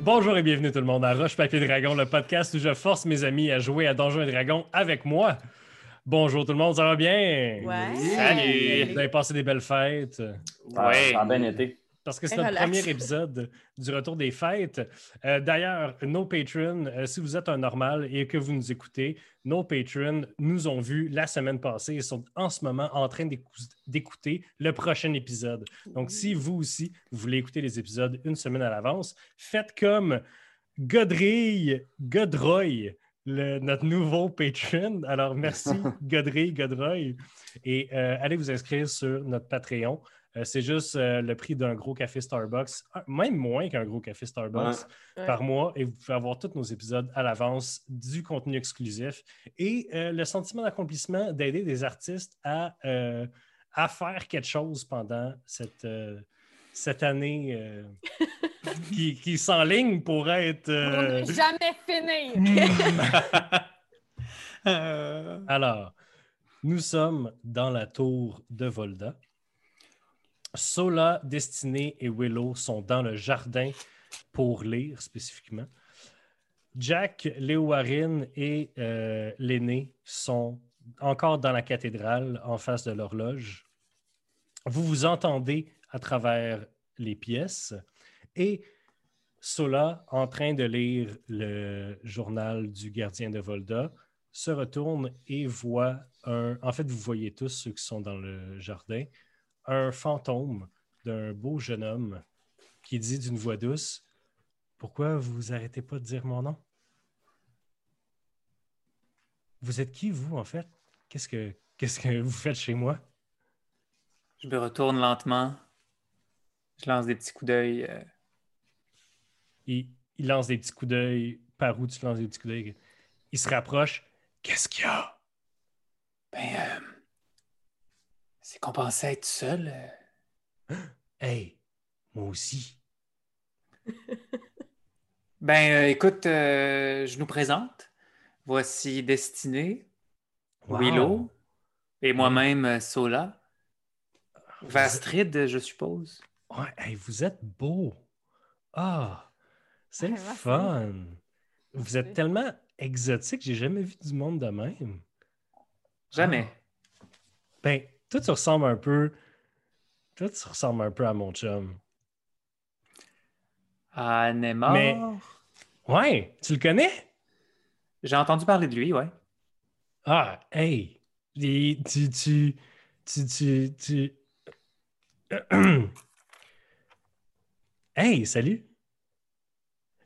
Bonjour et bienvenue tout le monde à Roche Papier Dragon, le podcast où je force mes amis à jouer à Donjons et Dragons avec moi. Bonjour tout le monde, ça va bien? Ouais. Vous avez passé des belles fêtes. Ouais. Ah, Ça a bien été. Parce que c'est Et notre relax. premier épisode du retour des fêtes. Euh, D'ailleurs, nos patrons, euh, si vous êtes un normal et que vous nous écoutez, nos patrons nous ont vus la semaine passée et sont en ce moment en train d'écou- d'écouter le prochain épisode. Donc, si vous aussi, vous voulez écouter les épisodes une semaine à l'avance, faites comme Godrille, Godroy, le- notre nouveau patron. Alors, merci Godrille, Godroy. Et euh, allez vous inscrire sur notre Patreon. Euh, c'est juste euh, le prix d'un gros café Starbucks, un- même moins qu'un gros café Starbucks Ouais. par mois. Et vous pouvez avoir tous nos épisodes à l'avance, du contenu exclusif et euh, le sentiment d'accomplissement d'aider des artistes à, euh, à faire quelque chose pendant cette, euh, cette année euh, qui, qui s'enligne pour être. Pour euh, ne jamais finir. Euh, Alors, nous sommes dans la tour de Volda. Sola, Destinée et Willow sont dans le jardin pour lire spécifiquement. Jack, Léoarine et euh, l'aîné sont encore dans la cathédrale en face de l'horloge. Vous vous entendez à travers les pièces et Sola, en train de lire le journal du gardien de Volda, se retourne et voit un. En fait, vous voyez tous ceux qui sont dans le jardin, un fantôme d'un beau jeune homme qui dit d'une voix douce Pourquoi vous arrêtez pas de dire mon nom Vous êtes qui, vous, en fait Qu'est-ce que Qu'est-ce que vous faites chez moi je me retourne lentement. Je lance des petits coups d'œil. euh, il, il lance des petits coups d'œil. Par où tu lances des petits coups d'œil Il se rapproche. Qu'est-ce qu'il y a ben, euh, c'est qu'on pensait être seul. euh, Hey, moi aussi. Ben, euh, écoute, euh, je nous présente. Voici Destinée, Wow. Willow et moi-même euh, Sola. Vous- Vastrid, je suppose. Ouais, hey, vous êtes beau. Ah, c'est le Ouais, merci. fun. Vous êtes Merci. tellement exotique, j'ai jamais vu du monde de même. Jamais. Ben, toi, tu ressembles un peu. Toi, tu ressembles un peu à mon chum. Ah, Neymar. Mais- Ouais, tu le connais? J'ai entendu parler de lui, ouais. Ah, hey. Et tu, tu, tu, tu, tu. hey, salut.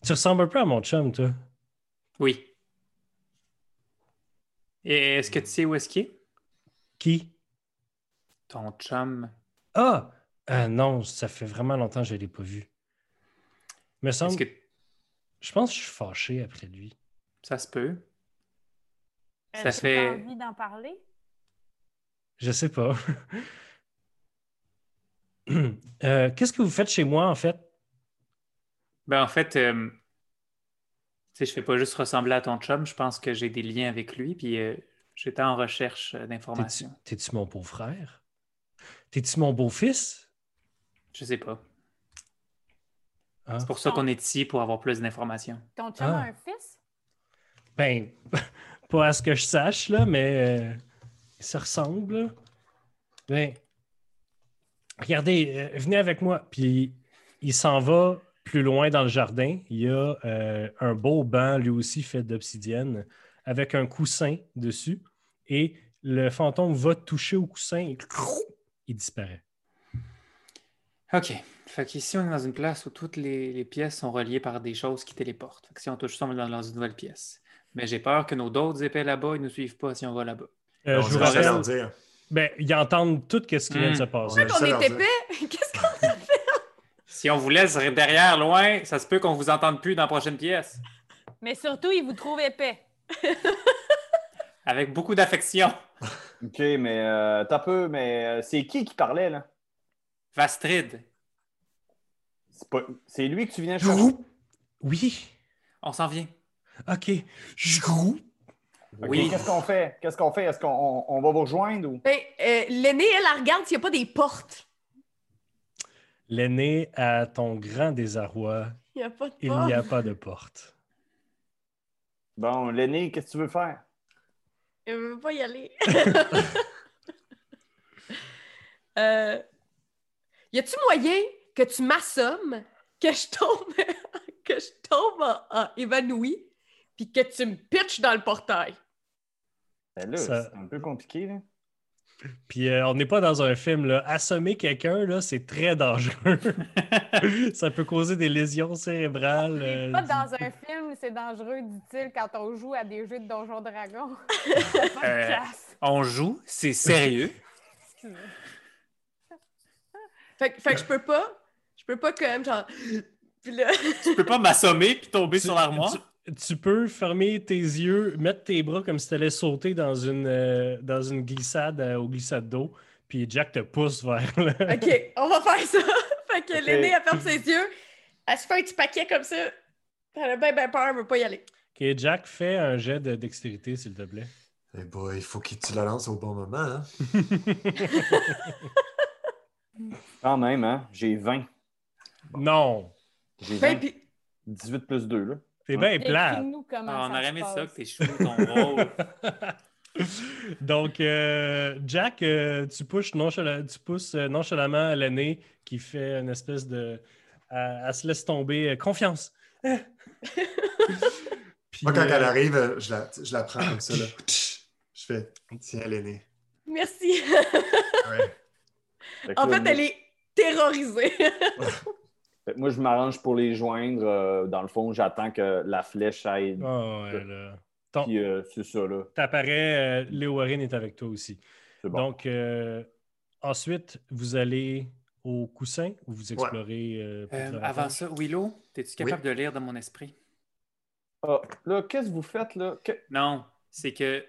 Tu ressembles un peu à mon chum, toi. Oui. Et est-ce que tu sais où est-ce qu'il est? Qui? Ton chum. Ah! Euh, non, ça fait vraiment longtemps que je ne l'ai pas vu. Me semble, Est-ce que Je pense que je suis fâché après lui. ça se peut? Est-ce Ça que fait- t'as envie d'en parler? Je sais pas. Euh, Qu'est-ce que vous faites chez moi, en fait? Ben, en fait, euh, tu sais, je fais pas juste ressembler à ton chum. Je pense que j'ai des liens avec lui, puis euh, j'étais en recherche euh, T'es-tu- d'informations. T'es-tu mon beau-frère? T'es-tu mon beau-fils? Je sais pas. Ah. C'est pour ça qu'on est ici, pour avoir plus d'informations. Ton chum Ah. a un fils? Ben, pas à ce que je sache, là, mais euh, ça ressemble. là. Ben, regardez, euh, venez avec moi. Puis il s'en va plus loin dans le jardin. Il y a euh, un beau banc, lui aussi fait d'obsidienne, avec un coussin dessus. Et le fantôme va toucher au coussin et crou, il disparaît. OK. Fait qu'ici, on est dans une place où toutes les, les pièces sont reliées par des choses qui téléportent. Fait que si on touche ça, on est dans, dans une nouvelle pièce. Mais j'ai peur que nos d'autres épées là-bas, ils nous suivent pas si on va là-bas. Euh, On je vous essaie de leur rappelle, dire. ben, ils entendent tout ce qui vient de se Hmm. passer. Ouais. On Ça, leur est dit- épais? Qu'est-ce qu'on Si on vous laisse derrière, loin, ça se peut qu'on vous entende plus dans la prochaine pièce. Mais surtout, il vous trouve épais. Avec beaucoup d'affection. OK, mais euh, t'as peu, mais euh, c'est qui qui parlait, là? Vastrid, C'est pas- c'est lui que tu venais chercher? Oui, on s'en vient. ok. Je groupe. OK, Oui. Qu'est-ce qu'on fait? Qu'est-ce qu'on fait? Est-ce qu'on on- on va vous rejoindre ou... Ben, euh, l'aînée, elle, elle regarde s'il n'y a pas des portes. L'aîné, à ton grand désarroi, Il n'y a pas de il porte. n'y a pas de porte. Bon, l'aîné, qu'est-ce que tu veux faire? Il ne veut pas y aller. Euh, y a-tu moyen que tu m'assommes, que je tombe, que je tombe en, en évanoui, puis que tu me pitches dans le portail? Ben là, Ça- c'est un peu compliqué, là. Puis euh, on n'est pas dans un film. Là. Assommer quelqu'un, là, c'est très dangereux. ça peut causer des lésions cérébrales. C'est euh, pas dans un film où c'est dangereux, dit-il, quand on joue à des jeux de Donjons Dragons. Euh, on joue, c'est sérieux. Euh, Fait, que- fait que je peux pas, je peux pas quand même genre. Puis là, tu peux pas m'assommer puis tomber Tu- sur l'armoire. Tu peux fermer tes yeux, mettre tes bras comme si tu allais sauter dans une, euh, dans une glissade euh, au glissade d'eau, puis Jack te pousse vers le... ok, on va faire ça. fait que Ok. l'aînée, elle ferme ses yeux, elle se fait un petit paquet comme ça. Elle a bien, bien peur, elle veut pas y aller. Ok, Jack, fais un jet de dextérité, s'il te plaît. Eh boy, il faut que tu la lances au bon moment. Hein? Quand même, hein? J'ai 20. Non! Mhm. J'ai Ben, 20. puis- 18 plus 2, là. T'es bien plat. nous comment Ah, on ça aurait se aimé ça passe. que t'es chou ton rôle. Donc, euh, Jack, euh, tu, pushes nonchala- tu pousses euh, nonchalamment l'aîné qui fait une espèce de. Elle, elle se laisse tomber. euh, confiance! Hein? Puis, Moi, quand euh, elle arrive, euh, je la, je la prends comme ça. Là. Je fais Tiens, l'aîné. merci. Ouais. en que là, fait, elle est terrorisée. Fait que Moi, je m'arrange pour les joindre. euh, dans le fond, j'attends que la flèche aille. ah ouais, là. Ton- Puis euh, c'est ça, là. T'apparais, euh, Léo Warren est avec toi aussi. C'est bon. Donc, euh, ensuite, vous allez au coussin où vous explorez. euh, pour Euh, le avant rappel. ça, Willow, es-tu capable de lire dans mon esprit? Ah, là, qu'est-ce que vous faites, là? Que- Non, c'est que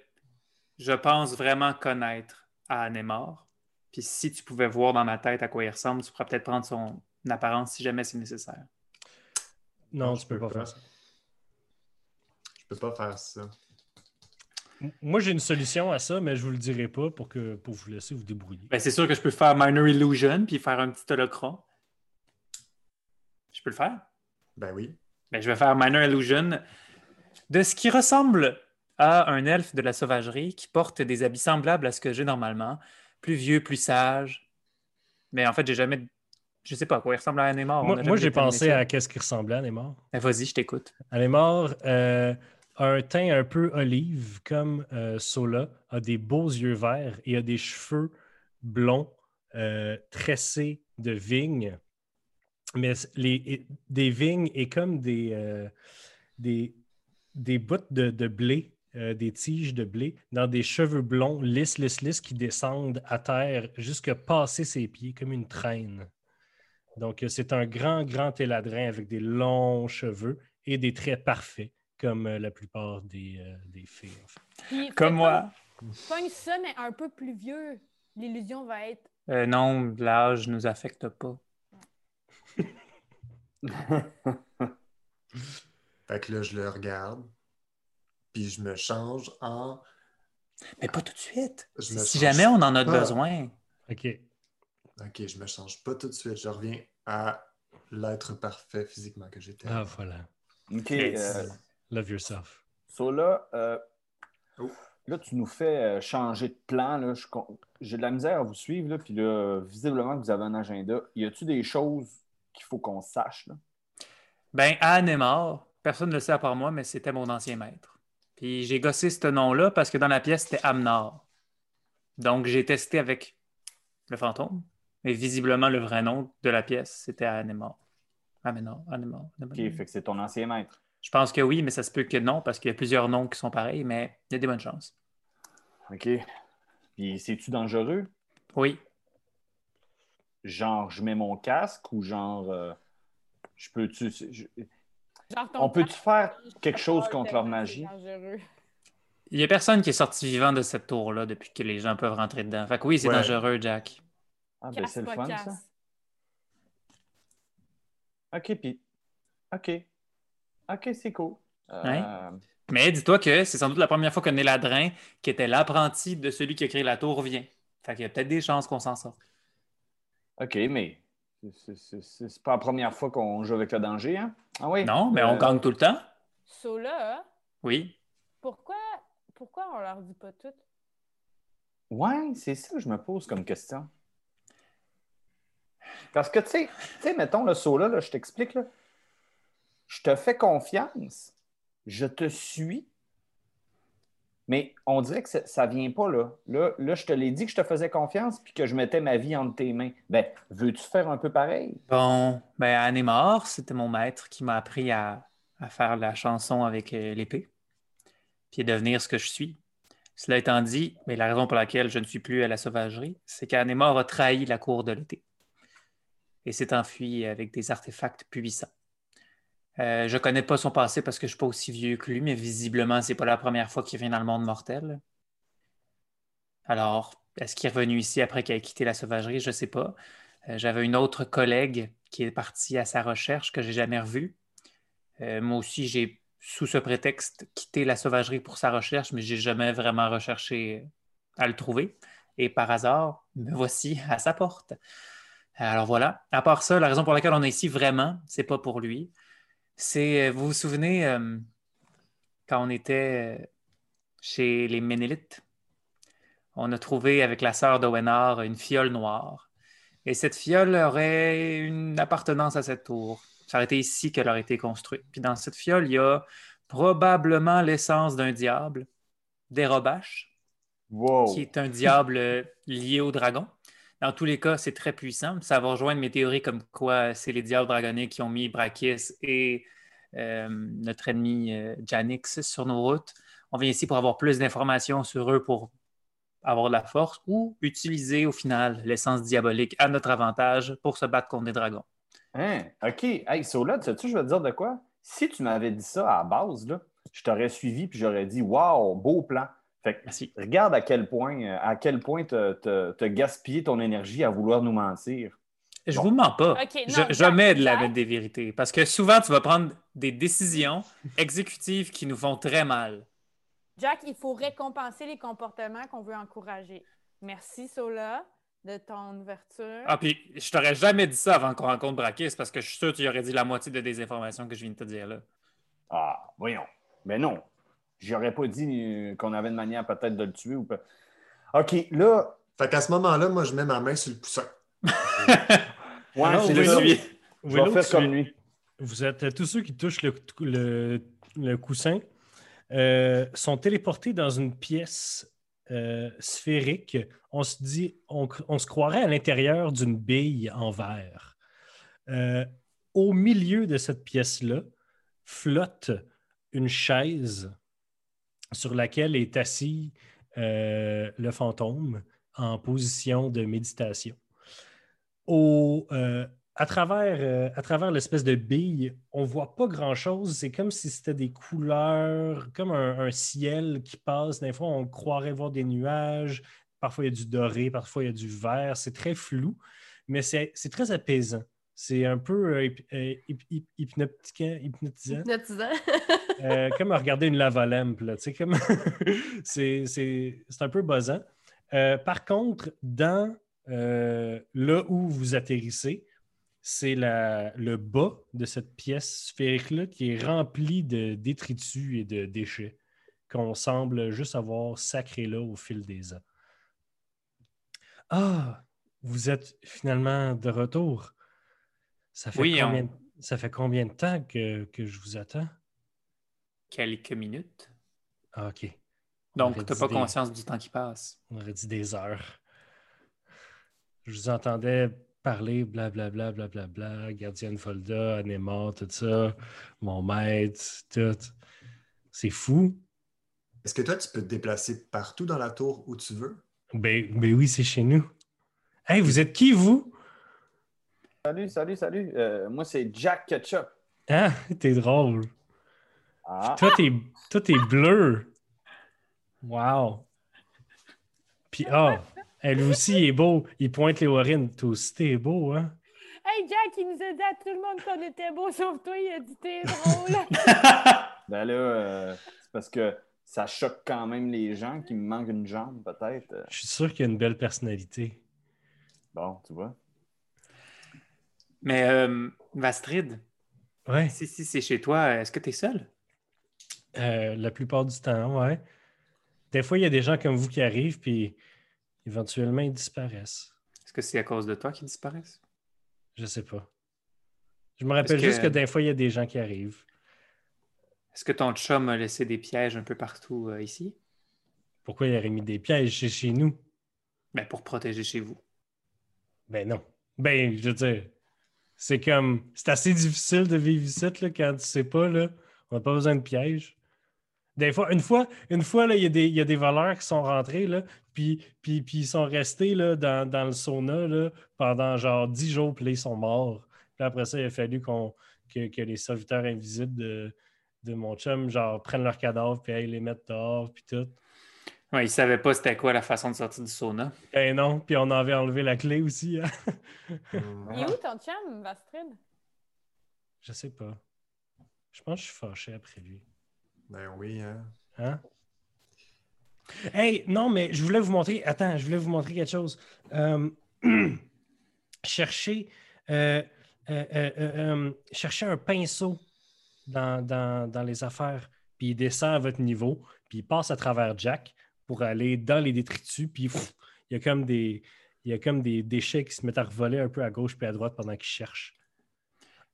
je pense vraiment connaître Anémor. Puis si tu pouvais voir dans ma tête à quoi il ressemble, tu pourrais peut-être prendre son apparence si jamais c'est nécessaire. Non, tu peux pas faire ça. Je peux pas faire ça. M- Moi, j'ai une solution à ça, mais je vous le dirai pas pour, que, pour vous laisser vous débrouiller. Ben, c'est sûr que je peux faire Minor Illusion puis faire un petit holocron. Je peux le faire? Ben oui. Ben, je vais faire Minor Illusion de ce qui ressemble à un elfe de la sauvagerie qui porte des habits semblables à ce que j'ai normalement, plus vieux, plus sage. Mais en fait, j'ai jamais. Je sais pas à quoi il ressemble à Anémor. moi, moi, j'ai pensé à qu'est-ce qui ressemblait à Neymar. Ben, vas-y, je t'écoute. Anémar euh, a un teint un peu olive, comme euh, Sola, a des beaux yeux verts et a des cheveux blonds euh, tressés de vignes. Mais c- les, et- des vignes et comme des, euh, des, des bouts de, de blé, euh, des tiges de blé, dans des cheveux blonds lisses, lisses, lisses qui descendent à terre jusque passer ses pieds comme une traîne. Donc, euh, c'est un grand, grand téladrin avec des longs cheveux et des traits parfaits, comme euh, la plupart des, euh, des filles. en fait. Puis, Comme fais moi. pas- Pogne ça, mais un peu plus vieux. L'illusion va être. Euh, non, l'âge nous affecte pas. Fait que là, je le regarde. Puis je me change en. Mais pas tout de suite. Je me Si change jamais on en a pas. besoin. OK. Ok, je me change pas tout de suite. Je reviens à l'être parfait physiquement que j'étais. Ah, voilà. OK. Yes. euh, Love yourself. so, là, euh, Oh. là, tu nous fais euh, changer de plan. Là. Je con- J'ai de la misère à vous suivre. Là. Puis là, visiblement, que vous avez un agenda. Y a-tu des choses qu'il faut qu'on sache? Là? Ben, Anne est mort. Personne ne le sait à part moi, mais c'était mon ancien maître. Puis j'ai gossé ce nom-là parce que dans la pièce, c'était Amnor. Donc j'ai testé avec le fantôme. Mais visiblement, le vrai nom de la pièce, c'était Anne est mort. Amenor, Anne est mort. OK, fait que c'est ton ancien maître. Je pense que oui, mais ça se peut que non, parce qu'il y a plusieurs noms qui sont pareils, mais il y a des bonnes chances. OK. Puis, c'est-tu dangereux? Oui, Genre, je mets mon casque ou genre, euh, je peux-tu... je- Genre ton On peut-tu faire... quelque chose parle contre tellement leur magie? c'est dangereux. il n'y a personne qui est sorti vivant de cette tour-là depuis que les gens peuvent rentrer dedans. Fait que oui, c'est Ouais. dangereux, Jack. Ah, ben, c'est le Casse fun, pas ça. casse. OK, puis... OK. OK, c'est cool. Euh, Mais dis-toi que c'est sans doute la première fois que Néladrin, qui était l'apprenti de celui qui a créé la tour, vient. Fait qu'il y a peut-être des chances qu'on s'en sorte. OK, mais C'est- c'est- C'est c'est- c'est pas la première fois qu'on joue avec le danger, hein? Ah oui? Non, mais on Euh, gagne tout le temps. So là, Oui. pourquoi, pourquoi on leur dit pas tout? Ouais, c'est ça que je me pose comme question. Parce que, tu sais, tu sais, mettons le saut là, je t'explique, là. je te fais confiance, je te suis, mais on dirait que ça- ça vient pas là. Là, là je te l'ai dit que je te faisais confiance puis que je mettais ma vie entre tes mains. Ben, veux-tu faire un peu pareil? Bon, ben Anne est mort. C'était mon maître qui m'a appris à, à faire la chanson avec euh, l'épée, puis à devenir ce que je suis. Cela étant dit, mais la raison pour laquelle je ne suis plus à la sauvagerie, c'est qu'Anne est mort a trahi la cour de l'été et s'est enfuie avec des artefacts puissants. Euh, je ne connais pas son passé parce que je ne suis pas aussi vieux que lui, mais visiblement, c'est pas la première fois qu'il vient dans le monde mortel. Alors, est-ce qu'il est revenu ici après qu'il ait quitté la sauvagerie? Je ne sais pas. Euh, J'avais une autre collègue qui est partie à sa recherche que j'ai jamais revue. Euh, moi aussi, j'ai, sous ce prétexte, quitté la sauvagerie pour sa recherche, mais j'ai jamais vraiment recherché euh, à le trouver. Et par hasard, me voici à sa porte. Alors voilà. À part ça, la raison pour laquelle on est ici vraiment, c'est pas pour lui. C'est, euh, vous vous souvenez, euh, quand on était euh, chez les Ménélites, on a trouvé avec la sœur d'Owenard une fiole noire. Et cette fiole aurait une appartenance à cette tour. Ça aurait été ici qu'elle aurait été construite. Puis dans cette fiole, il y a probablement l'essence d'un diable, Dérobache, Wow! qui est un diable euh, lié au dragon. Dans tous les cas, c'est très puissant. Ça va rejoindre mes théories comme quoi c'est les diables dragonnés qui ont mis Brakis et euh, notre ennemi euh, Janix sur nos routes. On vient ici pour avoir plus d'informations sur eux pour avoir de la force ou utiliser au final l'essence diabolique à notre avantage pour se battre contre des dragons. Hein? OK. Hey, Sola, tu sais-tu, je vais te dire de quoi? Si tu m'avais dit ça à la base, là, je t'aurais suivi puis j'aurais dit Wow, beau plan. Fait que Merci. Regarde à quel point euh, à quel point te, te- te gaspiller ton énergie à vouloir nous mentir. Je Bon. vous mens pas. Ok, non, je, je Jack, mets de la Jack. mettre des vérités. Parce que souvent, tu vas prendre des décisions exécutives qui nous font très mal. Jack, il faut récompenser les comportements qu'on veut encourager. Merci, Sola, de ton ouverture. Ah, puis je t'aurais jamais dit ça avant qu'on rencontre Braquis parce que je suis sûr que tu y aurais dit la moitié de des informations que je viens de te dire là. Ah, voyons. Mais non. J'aurais pas dit euh, qu'on avait une manière peut-être de le tuer ou pas. OK, là, Fait qu'à ce moment-là, moi, je mets ma main sur le poussin. ouais, Alors, c'est Willow, ça. Willow, Je vais faire tu- comme lui. Vous êtes euh, tous ceux qui touchent le, cou- le- le coussin euh, sont téléportés dans une pièce euh, sphérique. On se dit, on, cr- on se croirait à l'intérieur d'une bille en verre. Euh, au milieu de cette pièce-là flotte une chaise sur laquelle est assis euh, le fantôme en position de méditation. Au, euh, à travers, euh, à travers l'espèce de bille, on voit pas grand-chose. C'est comme si c'était des couleurs, comme un, un ciel qui passe. Des fois, on croirait voir des nuages. Parfois, il y a du doré, parfois, il y a du vert. C'est très flou, mais c'est c'est très apaisant. C'est un peu euh, hyp- euh, hyp- hyp- hypnotiquant- hypnotisant. Hypnotisant. Euh, comme à regarder une lavalampe. là, tu sais, comme- C'est c'est- c'est un peu buzzant. Euh, par contre, dans euh, là où vous atterrissez, c'est la- le bas de cette pièce sphérique-là qui est rempli de détritus et de déchets qu'on semble juste avoir sacré là au fil des ans. Ah, vous êtes finalement de retour. Ça fait, Oui, on- combien, ça fait combien de temps que- que je vous attends? Quelques minutes. Ah, OK. On Donc, aurait t'as dit pas des- conscience du temps qui passe. On aurait dit des heures. Je vous entendais parler, blablabla, blablabla, gardienne Folda, Anémar, tout ça, mon maître, tout. C'est fou. Est-ce que toi, tu peux te déplacer partout dans la tour où tu veux? Ben, ben oui, c'est chez nous. Hey, vous êtes qui, vous? Salut, salut, salut. Euh, moi, c'est Jack Ketchup. Hein? T'es drôle. Ah, Toi, t'es, toi, t'es bleu. Wow. Puis, ah, elle aussi est beau. Il pointe les warines. Toi aussi, t'es beau, hein? Hey, Jack, il nous a dit à tout le monde qu'on était beau, sauf toi, il a dit t'es drôle. ben là, euh, c'est parce que ça choque quand même les gens qui me manquent une jambe, peut-être. Euh, Je suis sûr qu'il y a une belle personnalité. Bon, tu vois. Mais euh, Vastrid, Ouais. si, si c'est chez toi, est-ce que tu es seul? Euh, la plupart du temps, ouais. Des fois, il y a des gens comme vous qui arrivent, puis éventuellement, ils disparaissent. Est-ce que c'est à cause de toi qu'ils disparaissent? Je sais pas. Je me rappelle Est-ce que- juste que des fois, il y a des gens qui arrivent. Est-ce que ton chum a laissé des pièges un peu partout euh, ici? Pourquoi il aurait mis des pièges chez, chez nous? Ben, pour protéger chez vous. Ben non. Ben, je veux dire, c'est comme. C'est assez difficile de vivre ici là, quand tu sais pas, là. On n'a pas besoin de pièges. Des fois, une fois, une fois, là, il y, a des- il y a des voleurs qui sont rentrés, là, puis, puis, puis ils sont restés là, dans, dans le sauna là, pendant genre 10 jours, puis là, ils sont morts. Puis après ça, il a fallu qu'on, que, que les serviteurs invisibles de, de mon chum, genre, prennent leurs cadavres, puis aillent les mettre dehors, puis tout. Ouais, il savait pas c'était quoi la façon de sortir du sauna. Ben non, puis on avait enlevé la clé aussi. hein. Hmm. Il est où ton chum, Vastrid? Je sais pas. Je pense que je suis fâché après lui. Ben oui, hein. Hein? Hey, non, mais je voulais vous montrer. Attends, je voulais vous montrer quelque chose. Euh, cherchez, euh, euh, euh, euh, euh, cherchez un pinceau dans, dans- dans les affaires, puis il descend à votre niveau, puis il passe à travers Jack pour aller dans les détritus, puis pff, il y a comme des. Il y a comme des déchets qui se mettent à revoler un peu à gauche puis à droite pendant qu'il cherche.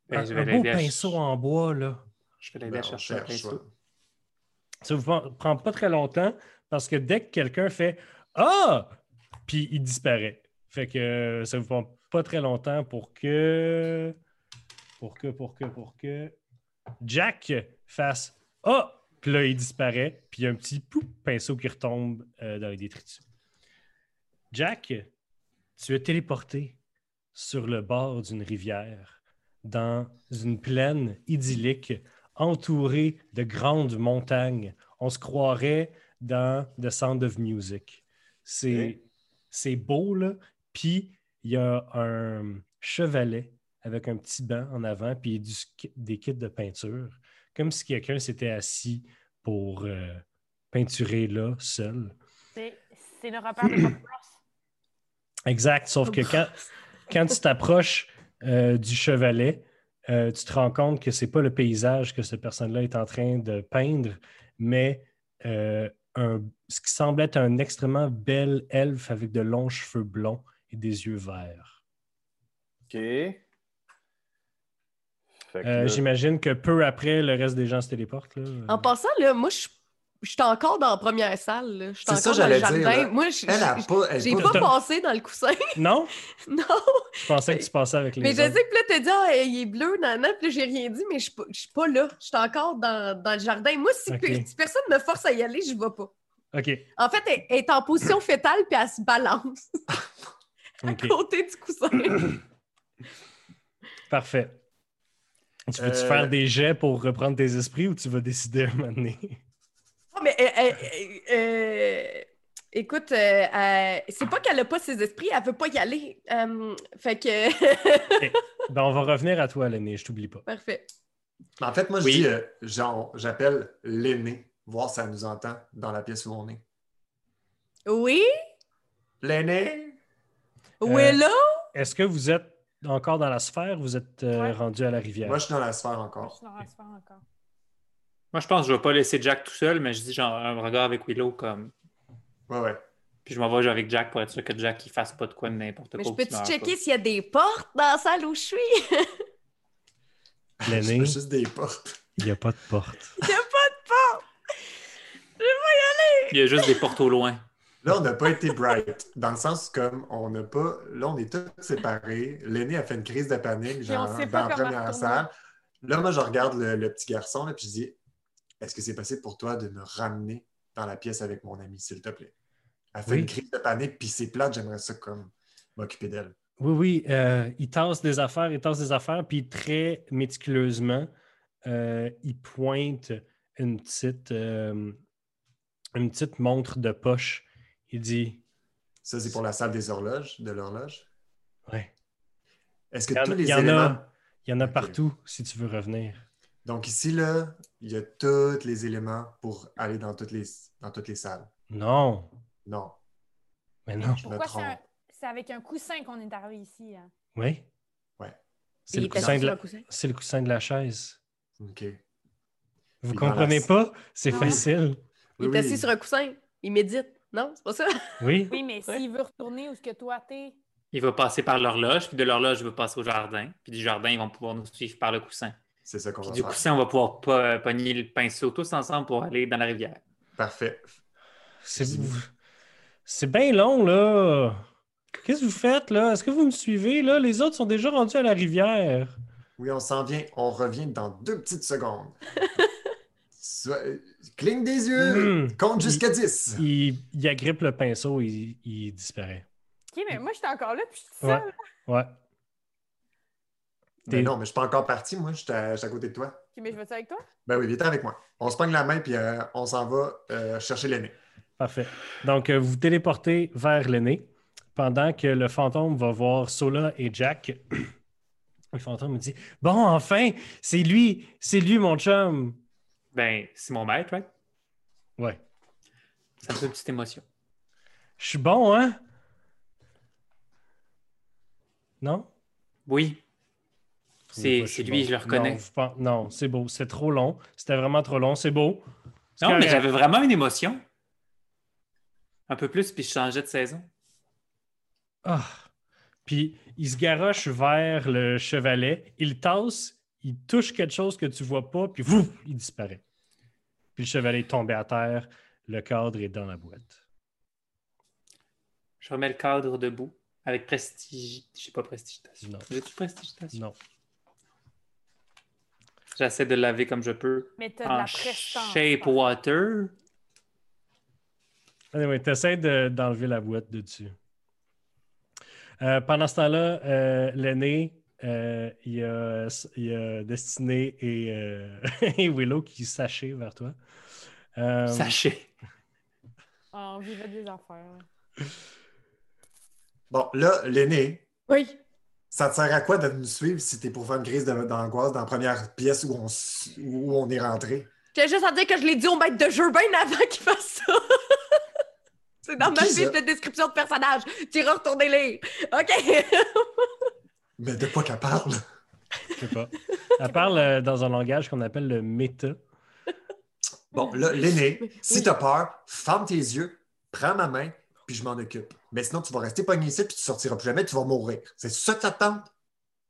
Ben, un, je vais un beau l'aider à- pinceau en bois, là. Je vais l'aider à Ben, on chercher un cherche, pinceau. ouais. Ça ne vous prend- prend pas très longtemps parce que dès que quelqu'un fait Ah! Puis il disparaît. Fait que euh, ça ne vous prend pas très longtemps pour que. Pour que, pour que, pour que. Jack fasse Ah! Puis là, il disparaît. Puis il y a un petit pou, pinceau qui retombe euh, dans les détritus. Jack, tu es téléporté sur le bord d'une rivière, dans une plaine idyllique entouré de grandes montagnes. On se croirait dans The Sound of Music. C'est Ok. c'est beau, là. Puis, il y a un chevalet avec un petit banc en avant, puis du sk- des kits de peinture, comme si quelqu'un s'était assis pour euh, peinturer là, seul. C'est c'est le repère de Pop Ross. Exact, sauf que quand, quand tu t'approches euh, du chevalet, euh, tu te rends compte que c'est pas le paysage que cette personne-là est en train de peindre, mais euh, un- ce qui semble être un extrêmement bel elfe avec de longs cheveux blonds et des yeux verts. OK. Fait que Euh, là- J'imagine que peu après, le reste des gens se téléportent. là. En passant, là, moi, je suis- je suis encore dans la première salle. là. Je suis C'est ça, encore dans j'allais le jardin. dire, là. Moi, je- Elle a je- pas. elle j'ai est pas T'as- passé dans le coussin. Non? non, Je pensais que tu passais avec les mais je sais autres. que là, t'as dit, ah, il est bleu, nanan, puis là, j'ai rien dit, mais je suis pas- je suis pas là. Je suis encore dans, dans le jardin. Moi, si, Ok. pe- si personne me force à y aller, je vais pas. OK. En fait, elle, elle est en position fétale, puis elle se balance OK. à côté du coussin. Parfait. Tu peux-tu Euh, faire des jets pour reprendre tes esprits ou tu vas décider à un moment donné? Non, mais euh, euh, euh, euh, écoute, euh, euh, c'est pas qu'elle a pas ses esprits, elle veut pas y aller. Euh, fait que. Ben, on va revenir à toi, Lenny, je t'oublie pas. Parfait. Mais En fait, moi, je Oui. dis, euh, genre, j'appelle l'aîné, voir si elle nous entend dans la pièce où on est. Oui, L'aîné! Euh, Willow? Est-ce que vous êtes encore dans la sphère ou vous êtes euh, Ouais. rendu à la rivière? Moi, je suis dans la sphère Moi, je encore. suis dans la sphère encore. Moi, je pense que je vais pas laisser Jack tout seul, mais je dis genre un regard avec Willow comme. Ouais, ouais. Puis je m'en vais jouer avec Jack pour être sûr que Jack il fasse pas de quoi de n'importe quoi. Mais je ou qu'il peux-tu meure checker s'il y a des portes dans la salle où je suis? Je L'aîné, fais juste des portes. il n'y a pas de porte. pas. Il y a juste des portes au loin. Là, on n'a pas été bright. Dans le sens comme on n'a pas. Là, on est tous séparés. L'aîné a fait une crise de panique, genre, on sait pas dans la comment première retourner. salle. Là, moi, je regarde le, le petit garçon, là, puis je dis Est-ce que c'est possible pour toi de me ramener dans la pièce avec mon ami, s'il te plaît? Elle fait Oui. une crise de panique, puis c'est plate, j'aimerais ça comme m'occuper d'elle. Oui, oui, euh, il tasse des affaires, il tasse des affaires, puis très méticuleusement, euh, il pointe une petite, euh, une petite montre de poche. Il dit Ça, c'est pour la salle des horloges, de l'horloge. Ouais, Est-ce que Il y en- tous les il y en a. éléments... il y en a Ok. partout si tu veux revenir. Donc ici, là, il y a tous les éléments pour aller dans toutes les, dans toutes les salles. Non, Non, mais non. je me Pourquoi c'est trompe. un- c'est avec un coussin qu'on est arrivé ici? hein? Oui? Ouais. C'est le, Il était coussin de sur la- le coussin. c'est le coussin de la chaise. OK. Vous Il comprenez balance. pas? C'est Non. facile. Il Oui, est assis oui. sur un coussin. Il médite. Non, c'est pas ça? Oui? Oui, mais s'il veut retourner où ce que toi t'es, Il va passer par l'horloge, puis de l'horloge, il va passer au jardin. Puis du jardin, ils vont pouvoir nous suivre par le coussin. C'est ça qu'on Puis va du faire. coussin, on va pouvoir po- euh, pogner le pinceau tous ensemble pour aller dans la rivière. Parfait. C'est Vas-y. vous- c'est bien long, là. Qu'est-ce que vous faites, là? Est-ce que vous me suivez, là? Les autres sont déjà rendus à la rivière. Oui, on s'en vient. On revient dans deux petites secondes. So- Cligne des yeux. Hmm. Compte jusqu'à 10. Il, il agrippe le pinceau et il, il disparaît. OK, mais moi, je suis encore là, puis je suis Ouais. seule. Ouais. Mais non, mais je suis pas encore parti. Moi, je suis à, je suis à côté de toi. OK, mais je vais-tu avec toi? Ben oui, viens avec moi. On se pogne la main, puis euh, on s'en va euh, chercher l'aîné. Parfait. Donc, euh, vous vous téléportez vers l'aîné pendant que le fantôme va voir Sola et Jack. Le fantôme me dit Bon, enfin, c'est lui, c'est lui, mon chum. Ben, c'est mon maître, right? Ouais. Ça me fait une petite émotion. Je suis bon, hein? Non? Oui. Trouvez C'est pas, je c'est suis lui, bon. je le reconnais. Non, vous pen- non, c'est beau. C'est trop long. C'était vraiment trop long. C'est beau. C'est Non, mais correct. j'avais vraiment une émotion. Un peu plus, puis je changeais de saison. Ah. Puis il se garoche vers le chevalet, il tasse, il touche quelque chose que tu vois pas, puis vouf, il disparaît. Puis le chevalet est tombé à terre, le cadre est dans la boîte. Je remets le cadre debout avec prestige. Je sais pas prestigitation. Non. J'ai tout prestigitation. Non. J'essaie de le laver comme je peux. Mais t'as de la En prestance. shape par- water. Anyway, t'essaies de- d'enlever la boîte de dessus. Euh, pendant ce temps-là, euh, l'aîné, euh, il y a, il y a Destiné et, euh, et Willow qui s'achèvent vers toi. Euh, Sachez. Ah, on vivait des affaires. ouais. Bon, là, l'aîné, Oui. ça te sert à quoi de nous suivre si t'es pour faire une crise de- d'angoisse dans la première pièce où on, s- où on est rentré? J'ai juste à dire que je l'ai dit au maître de jeu bien avant qu'il fasse ça. c'est dans ma Qui ça? fiche de description de personnage. Tu iras retourner lire. OK. Mais de quoi qu'elle parle? je sais pas. Elle parle euh, dans un langage qu'on appelle le méta. Bon, là, l'aîné, si oui. t'as peur, ferme tes yeux, prends ma main, puis je m'en occupe. Mais sinon, tu vas rester pogné ici, puis tu sortiras plus jamais, tu vas mourir. C'est ça que ça te tente?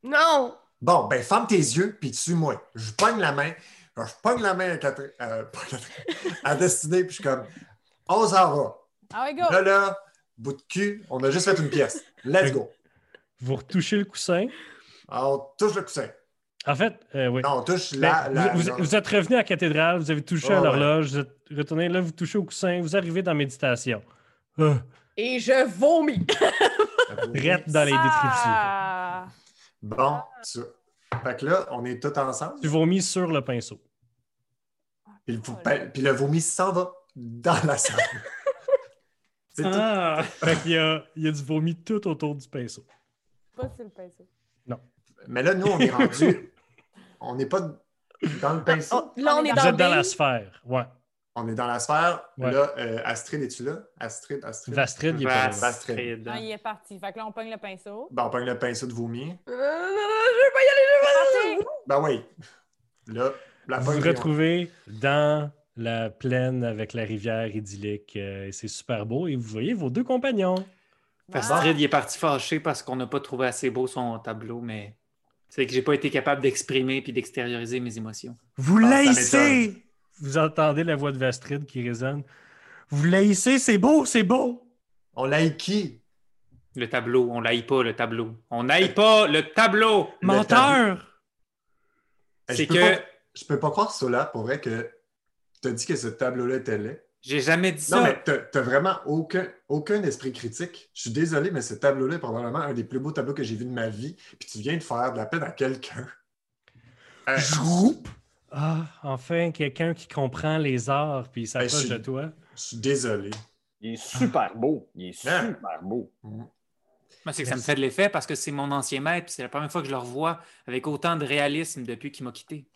non. Bon, ben, ferme tes yeux, puis suis-moi. Je pogne la main, ben, je pogne la main à, Catherine, euh, pas Catherine, à destinée, puis je suis comme, on s'en va. Ah ouais, go! Là, là, bout de cul, on a juste fait une pièce. Let's go. Vous retouchez le coussin. Ah, on touche le coussin. En fait, euh, oui. Non, on touche Ben, la. vous- la- vous, la- vous êtes revenu à la cathédrale, vous avez touché Ouais, à ouais. l'horloge, vous êtes retourné là, vous touchez au coussin, vous arrivez dans la méditation. Ah, Et je vomis. drette dans les détritus. Ah! Bon, tu... Fait que là, on est tous ensemble. Tu vomis sur le pinceau. Puis le, vou- puis le vomi s'en va dans la salle. C'est tout. Ah! Fait qu'il y a, il y a du vomi tout autour du pinceau. Pas sur le pinceau. Mais là, nous, on est rendu. on n'est pas dans le pinceau. là, on est Vous dans, êtes dans le la dé. sphère. Ouais. On est dans la sphère. Ouais. Là, euh, Astrid, es-tu là? Astrid, Astrid. Vastrid, il est pas là. Astrid. Non, Ah, il est parti. Fait que là, on pogne le pinceau. Ben, on pogne le pinceau de vomi. Non, non, non, je veux Euh, pas y aller, je veux pas y aller. Ben oui. Là, la Vous pogne, vous retrouvez dans la plaine avec la rivière idyllique. euh, et c'est super beau. Et vous voyez vos deux compagnons. Astrid, il est parti fâché parce qu'on n'a pas trouvé assez beau son tableau, mais c'est que j'ai pas été capable d'exprimer puis d'extérioriser mes émotions. Vous Ah, ça laissez! Vous entendez la voix de Vastrid qui résonne. Vous laissez, c'est beau, c'est beau! On like qui? Le tableau, on l'aille pas, le tableau. On n'aille pas le tableau! Le Menteur! Eh, Je C'est peux que- pas- je peux pas croire ça là, pour vrai, que t'as dit que ce tableau-là était laid. J'ai jamais dit Non, ça. mais t'as t'as vraiment aucun, aucun esprit critique. Je suis désolé, mais ce tableau-là est probablement un des plus beaux tableaux que j'ai vu de ma vie. Puis tu viens de faire de la peine à quelqu'un. Euh, Ah, enfin, quelqu'un qui comprend les arts puis il s'approche je- de toi. je suis désolé. Il est super beau. Il est Ah. super beau. Moi, c'est que ça me fait de l'effet parce que c'est mon ancien maître, puis c'est la première fois que je le revois avec autant de réalisme depuis qu'il m'a quitté.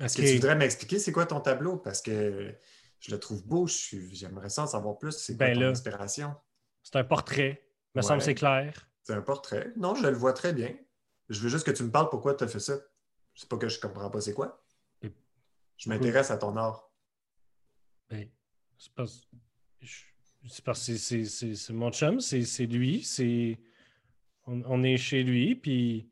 Est-ce que tu voudrais m'expliquer c'est quoi ton tableau? Parce que je le trouve beau. je suis- J'aimerais ça en savoir plus. C'est quoi Ben ton là. inspiration? C'est un portrait. Me Ouais. semble que c'est clair. C'est un portrait. Non, je le vois très bien. Je veux juste que tu me parles pourquoi tu as fait ça. C'est pas que je comprends pas c'est quoi. Et- Je m'intéresse à ton art. Ben, c'est parce je- c'est parce que c'est- c'est c'est mon chum, c'est c'est lui, c'est on, on est chez lui, puis